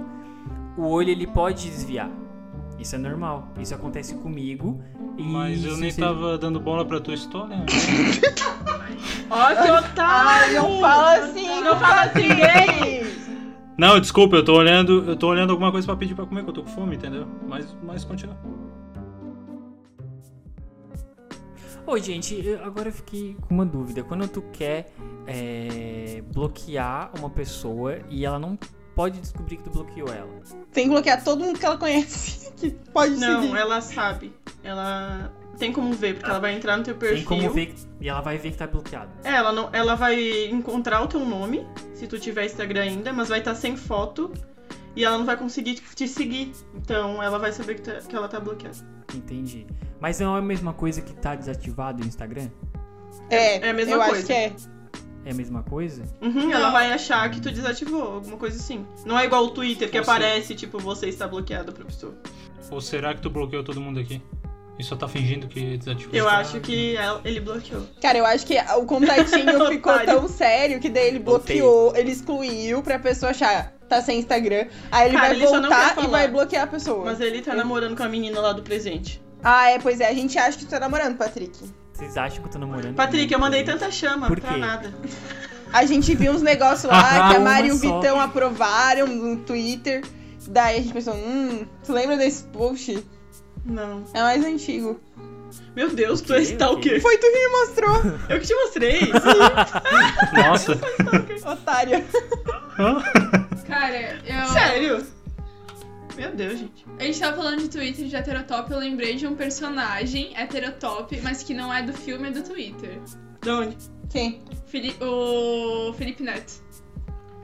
Speaker 4: o olho ele pode desviar. Isso é normal. Isso acontece comigo. E
Speaker 3: Mas eu
Speaker 4: se
Speaker 3: nem
Speaker 4: você-
Speaker 3: tava dando bola pra tua história. né?
Speaker 2: Ó, que
Speaker 1: Ai,
Speaker 2: otário!
Speaker 1: não fala assim!
Speaker 2: Não fala assim,
Speaker 1: hein?
Speaker 3: Não, desculpa, eu tô olhando, eu tô olhando alguma coisa pra pedir pra comer, que eu tô com fome, entendeu? Mas, mas continua.
Speaker 4: Ô, gente, eu- agora eu fiquei com uma dúvida. Quando tu quer é, bloquear uma pessoa e ela não pode descobrir que tu bloqueou ela.
Speaker 1: Tem que bloquear todo mundo que ela conhece. Que pode
Speaker 2: Não,
Speaker 1: seguir.
Speaker 2: ela sabe. Ela tem como ver, porque ela vai entrar no teu perfil.
Speaker 4: Tem como ver que, e ela vai ver que tá bloqueado.
Speaker 2: É, Ela, não, ela vai encontrar o teu nome, se tu tiver Instagram ainda, mas vai estar sem foto e ela não vai conseguir te seguir. Então ela vai saber que, tá- que ela tá bloqueada.
Speaker 4: Entendi. Mas não é a mesma coisa que tá desativado o Instagram?
Speaker 1: É,
Speaker 2: é a mesma
Speaker 1: eu
Speaker 2: coisa.
Speaker 1: acho que é.
Speaker 4: É a mesma coisa?
Speaker 2: Uhum, ela vai achar que tu desativou, alguma coisa assim. Não é igual o Twitter que
Speaker 3: Ou
Speaker 2: aparece, tipo, você está bloqueado pra pessoa.
Speaker 3: Ou será que tu bloqueou todo mundo aqui? E só tá fingindo que desativou?
Speaker 2: Eu acho que ela- ele bloqueou.
Speaker 1: Cara, eu acho que o contatinho ficou
Speaker 2: Otário.
Speaker 1: tão sério que daí ele
Speaker 4: Voltei.
Speaker 1: bloqueou, ele excluiu pra pessoa achar tá sem Instagram. Aí ele
Speaker 2: Cara,
Speaker 1: vai
Speaker 2: ele só não quer
Speaker 1: voltar
Speaker 2: falar.
Speaker 1: e vai bloquear a pessoa.
Speaker 2: Mas ele tá namorando com a menina lá do presente.
Speaker 1: Ah, é, pois é, a gente acha que tu tá namorando, Patrick.
Speaker 4: Vocês acham que eu tô namorando?
Speaker 2: Patrick, eu mandei
Speaker 4: tanto.
Speaker 2: tanta chama
Speaker 4: Por quê?
Speaker 2: pra nada.
Speaker 1: A gente viu uns negócios lá que a
Speaker 4: Ah, Uma
Speaker 1: Mari e o
Speaker 4: só.
Speaker 1: Vitão aprovaram no Twitter. Daí a gente pensou, hum, tu lembra desse post?
Speaker 2: Não.
Speaker 1: É mais antigo.
Speaker 2: Meu Deus, tu
Speaker 4: Ok,
Speaker 2: é stalker.
Speaker 1: Foi tu que me mostrou,
Speaker 2: Eu que te mostrei.
Speaker 3: Nossa!
Speaker 1: otária.
Speaker 5: Cara, eu.
Speaker 2: Sério? Meu Deus, gente.
Speaker 5: A gente tava falando de Twitter e de heterotop, eu lembrei de um personagem heterotop, mas que não é do filme, é do Twitter.
Speaker 2: De onde?
Speaker 1: Quem?
Speaker 5: Fili- o Felipe Neto.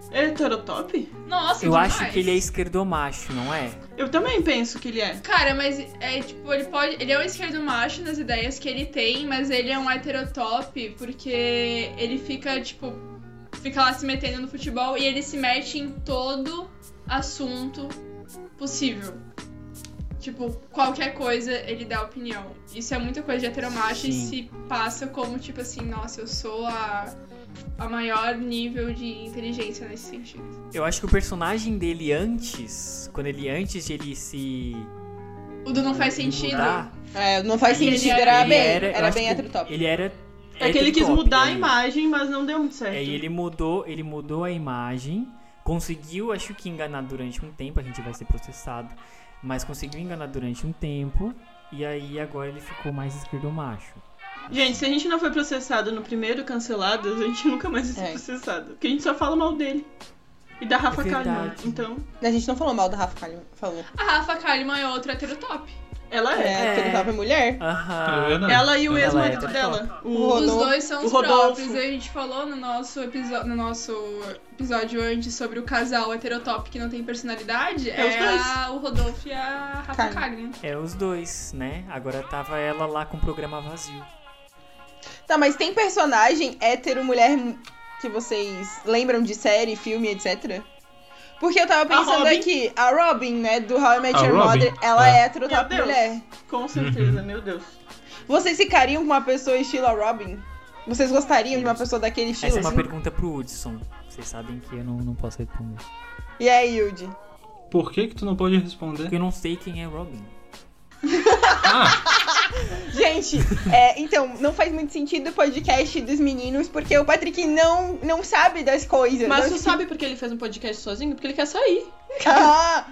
Speaker 2: É heterotop? assim
Speaker 5: Nossa,
Speaker 4: Eu
Speaker 5: demais.
Speaker 4: acho que ele é esquerdomacho, não é?
Speaker 2: Eu também penso que ele é.
Speaker 5: Cara, mas é tipo, ele pode. Ele é um esquerdo macho nas ideias que ele tem, mas ele é um heterotop porque ele fica, tipo, fica lá se metendo no futebol e ele se mete em todo assunto possível. Tipo, qualquer coisa ele dá opinião. Isso é muita coisa de heteromacho e
Speaker 4: Sim.
Speaker 5: se passa como, tipo assim, nossa, eu sou a, a maior nível de inteligência nesse sentido.
Speaker 4: Eu acho que o personagem dele antes, quando ele antes de ele se
Speaker 5: O do não faz
Speaker 4: ele
Speaker 5: sentido.
Speaker 4: mudar,
Speaker 1: É, não faz
Speaker 5: Ele
Speaker 1: sentido,
Speaker 5: era-
Speaker 1: era
Speaker 4: ele
Speaker 1: bem,
Speaker 4: era, eu
Speaker 1: era
Speaker 4: acho
Speaker 1: bem
Speaker 4: que
Speaker 1: heterotop.
Speaker 4: Ele era
Speaker 2: É que ele quis
Speaker 4: heterotop,
Speaker 2: mudar a
Speaker 4: ele-
Speaker 2: imagem, mas não deu muito certo.
Speaker 4: É, e ele mudou, ele mudou a imagem, conseguiu, acho que enganar durante um tempo, a gente vai ser processado, mas conseguiu enganar durante um tempo e aí agora ele ficou mais esquerdomacho.
Speaker 2: Gente, se a gente não foi processado no primeiro cancelado, a gente nunca mais vai ser
Speaker 1: É.
Speaker 2: processado. Porque a gente só fala mal dele. E da Rafa
Speaker 4: É
Speaker 2: Kalimann.
Speaker 4: verdade.
Speaker 2: Então,
Speaker 1: A gente não falou mal da Rafa Kalimann, falou.
Speaker 5: A Rafa Kalimann é outra heterotop.
Speaker 2: ela
Speaker 1: É,
Speaker 2: é.
Speaker 1: é. heterotop é mulher.
Speaker 3: Tá
Speaker 4: Aham.
Speaker 3: vendo?
Speaker 2: Ela e o
Speaker 4: Ela é
Speaker 2: ex-marido
Speaker 4: heterotop.
Speaker 2: dela.
Speaker 1: O
Speaker 2: O...
Speaker 1: Rodolfo.
Speaker 5: Os dois são
Speaker 2: o
Speaker 5: os
Speaker 2: Rodolfo.
Speaker 5: próprios. A gente falou no nosso, episo- no nosso episódio antes sobre o casal heterotop que não tem personalidade.
Speaker 2: É os dois.
Speaker 5: a- o Rodolfo e a Rafa
Speaker 1: Carmen.
Speaker 5: Kalimann.
Speaker 4: É os dois, né? Agora tava ela lá com o programa vazio.
Speaker 1: Tá, mas tem personagem hétero, mulher que vocês lembram de série, filme, etc? Porque eu tava
Speaker 2: A
Speaker 1: pensando
Speaker 2: Robin.
Speaker 1: aqui, a Robin, né, do How I Met
Speaker 3: A
Speaker 1: Your
Speaker 3: Robin?
Speaker 1: Mother, ela
Speaker 3: É.
Speaker 1: é hétero,
Speaker 2: Meu
Speaker 1: top
Speaker 2: Deus.
Speaker 1: mulher.
Speaker 2: Com certeza, meu Deus.
Speaker 1: Vocês ficariam com uma pessoa estilo a Robin? Vocês gostariam de uma pessoa daquele estilo?
Speaker 4: Essa é uma
Speaker 1: assim?
Speaker 4: pergunta pro Hudson. Vocês sabem que eu não, não posso responder.
Speaker 1: E aí, Yudi?
Speaker 3: Por que que tu não pode responder?
Speaker 4: Porque eu não sei quem é Robin.
Speaker 3: Ah,
Speaker 1: Gente, é, então, não faz muito sentido o podcast dos meninos, porque o Patrick não, não sabe das coisas.
Speaker 2: Mas
Speaker 1: não...
Speaker 2: tu sabe por que ele fez um podcast sozinho? Porque ele quer sair.
Speaker 1: Ah,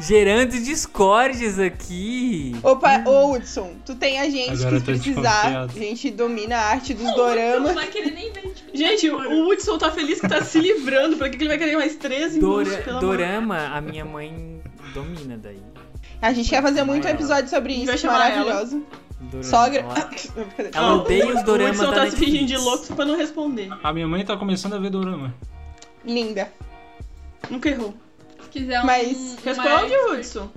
Speaker 4: Gerando discordes aqui.
Speaker 1: opa, ô, Hudson, tu tem a gente
Speaker 3: Hum. Agora eu
Speaker 1: que
Speaker 3: tô
Speaker 1: se precisar. A
Speaker 3: desconfiado.
Speaker 1: gente domina a arte dos
Speaker 5: Não
Speaker 1: doramas.
Speaker 5: vai querer nem ver. tipo,
Speaker 2: Gente,
Speaker 4: É
Speaker 2: o-
Speaker 5: namoro.
Speaker 2: o Hudson tá feliz que tá se livrando. Pra que que ele vai querer mais três minutos?
Speaker 4: Dora,
Speaker 2: pelo amor de
Speaker 4: dorama, a minha mãe domina daí.
Speaker 1: A gente quer fazer muito
Speaker 4: Vai lá.
Speaker 1: episódio sobre
Speaker 2: Vai
Speaker 1: isso,
Speaker 2: chamar
Speaker 1: maravilhoso.
Speaker 4: Dorama,
Speaker 1: Sogra.
Speaker 4: ela-
Speaker 1: Não, brincadeira.
Speaker 4: Ela
Speaker 2: Não,
Speaker 4: odeia os
Speaker 2: O
Speaker 4: doramas
Speaker 2: Hudson
Speaker 4: da
Speaker 2: tá se
Speaker 4: Netflix.
Speaker 2: fingindo de louco só pra não responder.
Speaker 3: a minha mãe tá começando a ver dorama.
Speaker 1: Linda.
Speaker 2: Nunca errou.
Speaker 5: Se quiser um,
Speaker 1: Mas-
Speaker 5: uma
Speaker 2: Responde,
Speaker 5: expert-
Speaker 2: Hudson.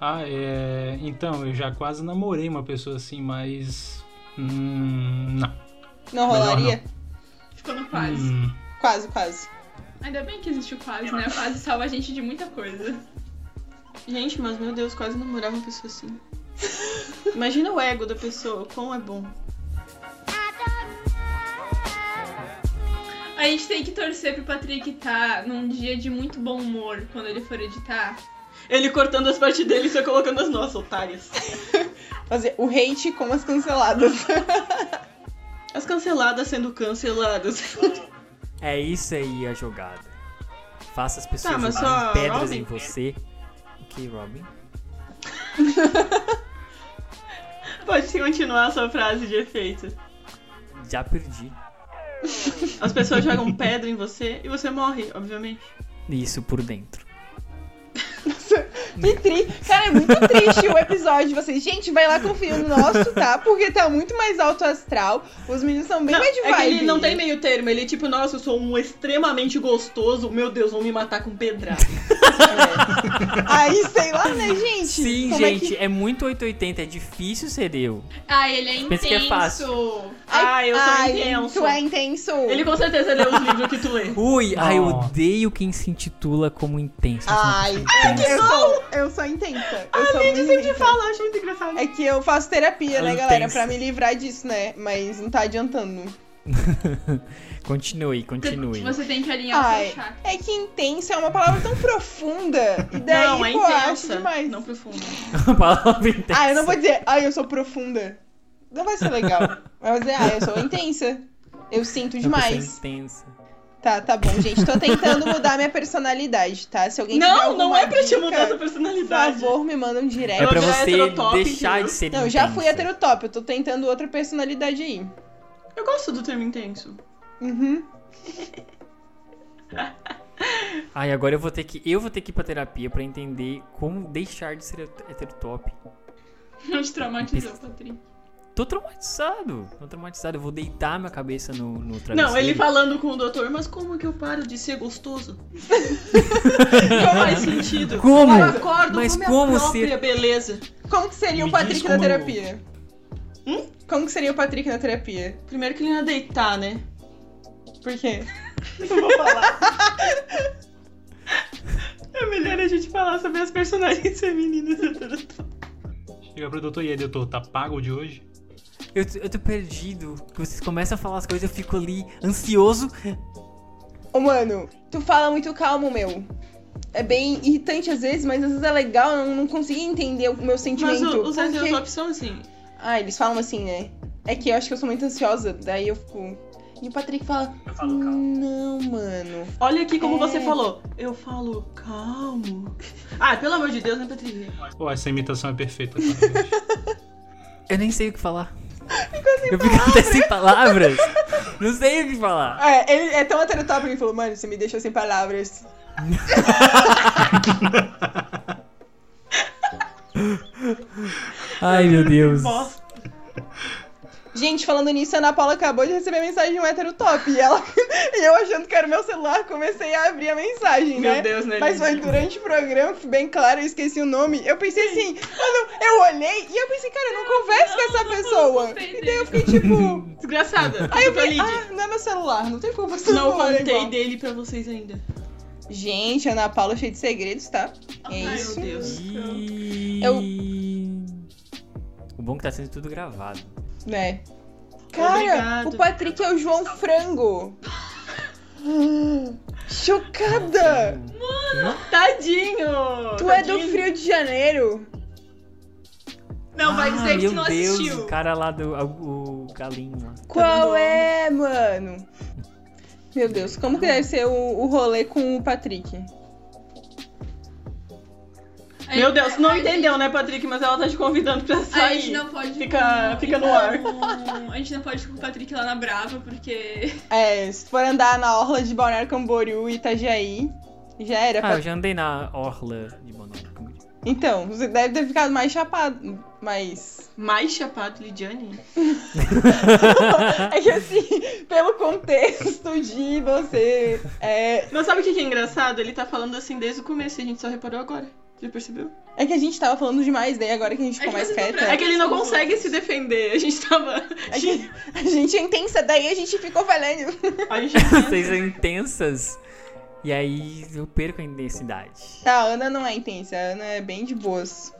Speaker 3: Ah, é... Então, eu já quase namorei uma pessoa assim, mas... Hum, não.
Speaker 1: Não
Speaker 3: Melhor
Speaker 1: rolaria?
Speaker 5: Ficou no quase.
Speaker 3: Hum,
Speaker 1: Quase, quase.
Speaker 5: Ainda bem que existe o quase, né? O quase salva a gente de muita coisa.
Speaker 2: Gente, mas meu Deus, quase namorava uma pessoa assim. Imagina o ego da pessoa, como é bom.
Speaker 5: A gente tem que torcer pro Patrick tá num dia de muito bom humor quando ele for editar.
Speaker 2: Ele cortando as partes dele e só colocando as nossas, otárias.
Speaker 1: Fazer o hate com as canceladas.
Speaker 2: As canceladas sendo canceladas.
Speaker 4: É isso aí a jogada. Faça as pessoas
Speaker 2: Tá, mas
Speaker 4: jogarem
Speaker 2: só
Speaker 4: pedras
Speaker 2: Robin?
Speaker 4: em você. Ok, Robin.
Speaker 2: Pode continuar a sua frase de efeito.
Speaker 4: Já perdi.
Speaker 2: As pessoas jogam pedra em você e você morre, obviamente.
Speaker 4: Isso por dentro.
Speaker 1: Que tri... Cara, é muito triste o episódio de vocês. Gente, vai lá conferir o nosso, tá? Porque tá muito mais alto astral. Os meninos são bem
Speaker 2: Não,
Speaker 1: mais de
Speaker 2: é que ele
Speaker 1: vibe.
Speaker 2: não tem meio termo, ele é tipo, nossa, eu sou um extremamente gostoso, meu Deus, vão me matar com pedra.
Speaker 1: Aí, sei lá, né, gente?
Speaker 4: Sim,
Speaker 1: Como
Speaker 4: gente, é,
Speaker 1: É que...
Speaker 4: muito 880, é difícil ser eu.
Speaker 5: Ah, ele é
Speaker 4: Pensa
Speaker 5: intenso.
Speaker 4: que é fácil.
Speaker 2: Ah, eu sou
Speaker 1: Ai,
Speaker 2: intenso.
Speaker 1: Tu é intenso.
Speaker 2: Ele com certeza leu os livros que tu lê.
Speaker 4: Ui, ai, eu
Speaker 3: Não.
Speaker 4: odeio quem se intitula como intenso. Eu sou uma
Speaker 1: Ai,
Speaker 4: pessoa intensa.
Speaker 1: eu sou, eu sou intensa. Eu sou muito intensa.
Speaker 2: fala, acho muito engraçado.
Speaker 1: É que eu faço terapia,
Speaker 4: Ela
Speaker 1: né,
Speaker 4: é
Speaker 1: galera?
Speaker 4: intensa.
Speaker 1: Pra me livrar disso, né? Mas não tá adiantando.
Speaker 4: Continue, continue.
Speaker 5: Você tem que alinhar o
Speaker 1: Ai,
Speaker 5: seu chakra.
Speaker 1: é que intensa é uma palavra tão profunda. E daí,
Speaker 2: não, é
Speaker 1: pô, eu acho
Speaker 2: intensa.
Speaker 1: demais.
Speaker 2: Não profunda.
Speaker 4: A palavra intensa.
Speaker 1: Ah, eu não vou dizer, ai, eu sou profunda. Não vai ser legal. Mas eu vou dizer, ah, eu sou intensa. Eu sinto
Speaker 4: É Uma pessoa
Speaker 1: demais.
Speaker 4: intensa.
Speaker 1: Tá, tá bom, gente. Tô tentando mudar minha personalidade, tá? Se alguém tiver
Speaker 2: Não, não
Speaker 1: alguma
Speaker 2: é pra te
Speaker 1: dica,
Speaker 2: mudar sua
Speaker 1: Por
Speaker 2: personalidade.
Speaker 1: favor, me manda um direct.
Speaker 4: É pra
Speaker 2: já é
Speaker 4: você
Speaker 2: heterotop,
Speaker 4: deixar
Speaker 2: entendeu?
Speaker 4: de ser
Speaker 1: Não, eu já
Speaker 4: intensa.
Speaker 1: fui heterotop. Eu tô tentando outra personalidade aí.
Speaker 2: Eu gosto do termo intenso.
Speaker 1: Uhum.
Speaker 4: Ai, agora eu vou ter que eu vou ter que ir pra terapia pra entender como deixar de ser het- heterotop.
Speaker 5: Não te traumatizou, Patrick.
Speaker 4: Tô traumatizado. Tô traumatizado. Eu vou deitar minha cabeça no, no travesseiro.
Speaker 2: Não, ele falando com o doutor, mas como que eu paro de ser gostoso? assim? Não faz
Speaker 4: fala.
Speaker 2: sentido.
Speaker 4: Como?
Speaker 2: Eu acordo
Speaker 4: Mas
Speaker 2: com minha
Speaker 4: como
Speaker 2: própria
Speaker 4: ser-
Speaker 2: beleza.
Speaker 1: Como que seria
Speaker 3: Me
Speaker 1: o Patrick
Speaker 3: diz
Speaker 1: na
Speaker 3: como-
Speaker 1: terapia?
Speaker 2: Hum?
Speaker 1: Como que seria o Patrick na terapia?
Speaker 2: Primeiro que ele ia deitar, né?
Speaker 1: Por quê?
Speaker 2: Não vou falar. É melhor a gente falar sobre as personagens femininas do doutor.
Speaker 3: Chega pro doutor e aí, doutor, tá pago de hoje?
Speaker 4: Eu, t- eu tô perdido. Que Vocês começam a falar as coisas, eu fico ali ansioso.
Speaker 1: Ô, mano, tu fala muito calmo, meu. É bem irritante às vezes, mas às vezes é legal, eu não, não consegui entender o meu sentimento.
Speaker 2: Mas o- os
Speaker 1: Por quê?
Speaker 2: heterotópicos são assim.
Speaker 1: Ah, eles falam assim, né? É que eu acho que eu sou muito ansiosa, daí eu fico. E o Patrick fala.
Speaker 3: Eu
Speaker 1: Não, mano.
Speaker 2: Olha aqui como
Speaker 1: É.
Speaker 2: você falou. Eu falo calmo. Ah, pelo amor de Deus, né, Patrícia?
Speaker 3: Pô, essa imitação é perfeita. parabéns.
Speaker 4: Eu nem sei o que falar. eu fico até sem palavras. Não sei o que falar.
Speaker 1: É, ele é tão heterotópico que ele falou, mano, você me deixou sem palavras.
Speaker 4: Ai, meu Deus.
Speaker 2: Bosta.
Speaker 1: Gente, falando nisso, a Ana Paula acabou de receber a mensagem de um hétero top. E, ela... e eu achando que era o meu celular, comecei a abrir a mensagem, né?
Speaker 2: Meu Deus, né?
Speaker 1: Mas foi
Speaker 2: Lidia?
Speaker 1: durante o programa, que bem claro, eu esqueci o nome. Eu pensei assim, mano, eu olhei e eu pensei, cara, eu não converso com essa pessoa.
Speaker 5: contei
Speaker 1: E daí eu fiquei tipo,
Speaker 2: Desgraçada.
Speaker 1: aí eu
Speaker 2: Desculpa,
Speaker 1: falei,
Speaker 2: Lidia.
Speaker 1: ah, não é meu celular, não tem como você
Speaker 2: Não
Speaker 1: falar
Speaker 2: contei
Speaker 1: igual.
Speaker 2: dele pra vocês ainda.
Speaker 1: Gente, Ana Paula é cheia de segredos, tá? É
Speaker 5: Ai,
Speaker 1: isso.
Speaker 2: Meu Deus.
Speaker 4: Eu... O bom é que tá sendo tudo gravado.
Speaker 1: Né? Cara,
Speaker 2: Obrigado.
Speaker 1: o Patrick é o João Frango. Ah, Chocada!
Speaker 2: Tadinho!
Speaker 1: Tu é do
Speaker 2: Tadinho.
Speaker 1: Rio de Janeiro?
Speaker 5: Não, vai dizer
Speaker 4: ah,
Speaker 5: que
Speaker 4: meu
Speaker 5: tu não
Speaker 4: Deus,
Speaker 5: assistiu.
Speaker 4: O cara lá do. O, o galinho lá.
Speaker 1: Qual
Speaker 2: dando
Speaker 1: é, mano? Meu Deus, como que deve ser o, o rolê com o Patrick?
Speaker 5: A
Speaker 2: Meu
Speaker 5: gente-
Speaker 2: Deus, não
Speaker 5: a gente-
Speaker 2: entendeu, né, Patrick? Mas ela tá te convidando pra
Speaker 5: A
Speaker 2: sair.
Speaker 5: gente não pode.
Speaker 2: Fica- fica no ar.
Speaker 5: com- A gente não pode ir com o Patrick lá na Brava, porque.
Speaker 1: É, se for andar na orla de Balneário Camboriú e Itajaí, já era.
Speaker 2: É.
Speaker 4: Ah,
Speaker 1: pra-
Speaker 4: eu já andei na orla de Balneário Camboriú.
Speaker 1: Então, você deve ter ficado mais chapado, mas...
Speaker 2: Mais chapado, Lidiane?
Speaker 1: É que assim, pelo contexto de você... É,
Speaker 2: Mas sabe o que que é engraçado? Ele tá falando assim desde o começo e a gente só reparou agora. Já percebeu?
Speaker 1: é que a gente tava falando demais, daí agora que a gente ficou
Speaker 5: É que
Speaker 1: mais
Speaker 5: você
Speaker 1: quieta...
Speaker 5: não
Speaker 2: É que ele não consegue se defender. A gente tava.
Speaker 1: É que a gente é intensa, daí a gente ficou falando.
Speaker 2: A gente.
Speaker 4: Vocês são intensas. E aí eu perco a intensidade.
Speaker 1: Tá, a Ana não é intensa, a Ana é bem de boas.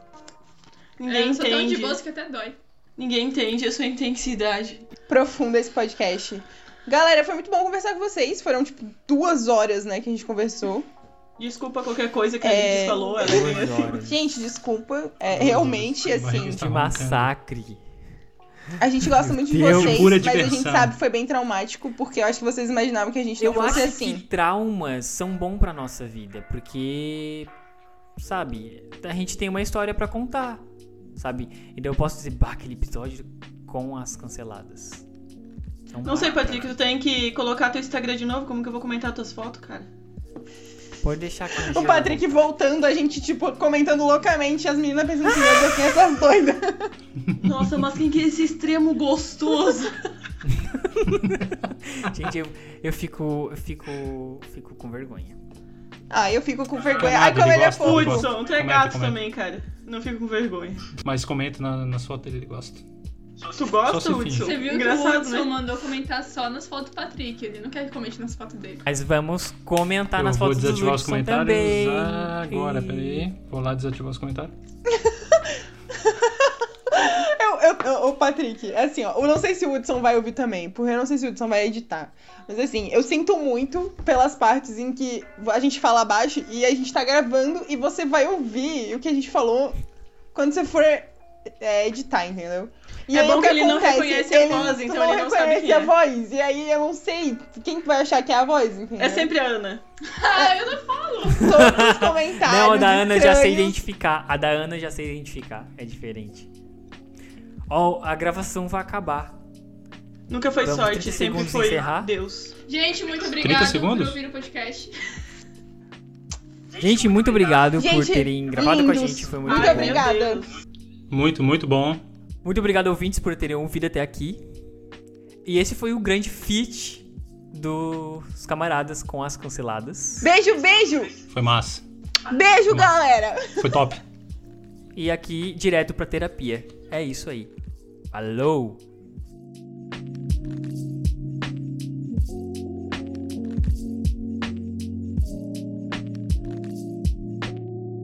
Speaker 5: É,
Speaker 2: Ninguém
Speaker 5: eu sou tão de
Speaker 2: entende.
Speaker 5: boas que até dói.
Speaker 2: Ninguém entende a sua intensidade.
Speaker 1: Profunda esse podcast. Galera, foi muito bom conversar com vocês. Foram, tipo, duas horas, né, que a gente conversou.
Speaker 2: Desculpa qualquer coisa que a
Speaker 1: É.
Speaker 2: gente falou. Ela
Speaker 4: Duas
Speaker 2: é assim.
Speaker 4: horas.
Speaker 1: Gente, desculpa. É,
Speaker 3: Duas
Speaker 1: realmente,
Speaker 3: horas. Vai
Speaker 1: assim,
Speaker 3: registrar.
Speaker 4: De massacre.
Speaker 1: a gente gosta muito de
Speaker 4: Meu Deus.
Speaker 1: vocês,
Speaker 3: Pura
Speaker 1: mas a gente
Speaker 3: diversão.
Speaker 1: sabe que foi bem traumático, porque eu acho que vocês imaginavam que a gente não
Speaker 4: Eu
Speaker 1: fosse
Speaker 4: acho
Speaker 1: assim.
Speaker 4: que traumas são bom pra nossa vida, porque sabe, a gente tem uma história pra contar, sabe? E daí eu posso dizer, bah, aquele episódio com as canceladas. É um
Speaker 2: Não sei,
Speaker 4: marco pra
Speaker 2: Patrick,
Speaker 4: mim.
Speaker 2: tu tem que colocar teu Instagram de novo? Como que eu vou comentar tuas fotos, cara?
Speaker 4: Pode deixar aqui.
Speaker 1: O Patrick voltando, a gente, tipo, comentando loucamente, as meninas pensando que meu Deus, quem é essas doidas?
Speaker 2: Nossa, mas quem que é esse extremo gostoso?
Speaker 4: Gente, eu, eu fico, eu fico, fico com vergonha.
Speaker 1: Ah, eu fico com vergonha.
Speaker 3: nada,
Speaker 1: Ai, como
Speaker 3: ele
Speaker 1: ele é
Speaker 3: gosta, ele
Speaker 1: fofo.
Speaker 3: gosta.
Speaker 2: Hudson, tu é
Speaker 3: Comenta,
Speaker 2: gato
Speaker 3: comenta.
Speaker 2: também, cara. Não fico com vergonha.
Speaker 3: Mas comenta na, na sua tela, ele gosta.
Speaker 2: Tu
Speaker 3: Só se
Speaker 2: gosta,
Speaker 3: finge.
Speaker 2: Hudson?
Speaker 5: Você viu que o
Speaker 2: Engraçado,
Speaker 5: Hudson
Speaker 2: né?
Speaker 5: mandou comentar só nas fotos do Patrick. Ele não quer que comente nas fotos dele.
Speaker 4: Mas vamos comentar
Speaker 3: eu
Speaker 4: Tá nas
Speaker 3: vou
Speaker 4: fotos dos
Speaker 3: desativar os
Speaker 4: Hudson
Speaker 3: comentários
Speaker 4: também.
Speaker 3: agora, peraí. Vou lá desativar os comentários.
Speaker 1: Eu, eu, eu- ô, Patrick, assim, ó, eu não sei se o Hudson vai ouvir também, porque eu não sei se o Hudson vai editar. Mas assim, eu sinto muito pelas partes em que a gente fala abaixo e a gente tá gravando e você vai ouvir o que a gente falou quando você for é, editar, entendeu? E
Speaker 2: É
Speaker 1: aí,
Speaker 2: bom
Speaker 1: o
Speaker 2: que ele não reconhece a voz, então
Speaker 1: não
Speaker 2: ele não sabe
Speaker 1: reconhece
Speaker 2: quem
Speaker 1: a
Speaker 2: é.
Speaker 1: voz. E aí eu não sei quem que vai achar que é a voz, entendeu?
Speaker 2: É sempre a Ana.
Speaker 5: Ah, eu não
Speaker 1: todos os comentários.
Speaker 4: Não, a da Ana já sei
Speaker 1: estranhos.
Speaker 4: identificar. A da Ana já sei identificar. É diferente. Ó, a gravação vai acabar.
Speaker 2: Nunca foi
Speaker 4: Vamos,
Speaker 2: sorte,
Speaker 4: 30
Speaker 2: sempre
Speaker 4: segundos
Speaker 2: foi
Speaker 4: encerrar?
Speaker 2: Deus.
Speaker 5: Gente, muito obrigada por
Speaker 3: segundos?
Speaker 5: ouvir o podcast.
Speaker 4: Gente, muito obrigado por
Speaker 1: Gente,
Speaker 4: terem gravado com a
Speaker 1: lindos.
Speaker 4: gente. Foi muito
Speaker 1: Muito
Speaker 4: bom.
Speaker 1: obrigada.
Speaker 3: Muito, muito bom.
Speaker 4: Muito obrigado, ouvintes, por terem ouvido até aqui. E esse foi o grande feat dos camaradas com as canceladas.
Speaker 1: Beijo, beijo!
Speaker 3: Foi massa.
Speaker 1: Beijo, galera!
Speaker 3: Foi top.
Speaker 4: E aqui, direto pra terapia. É isso aí. Falou!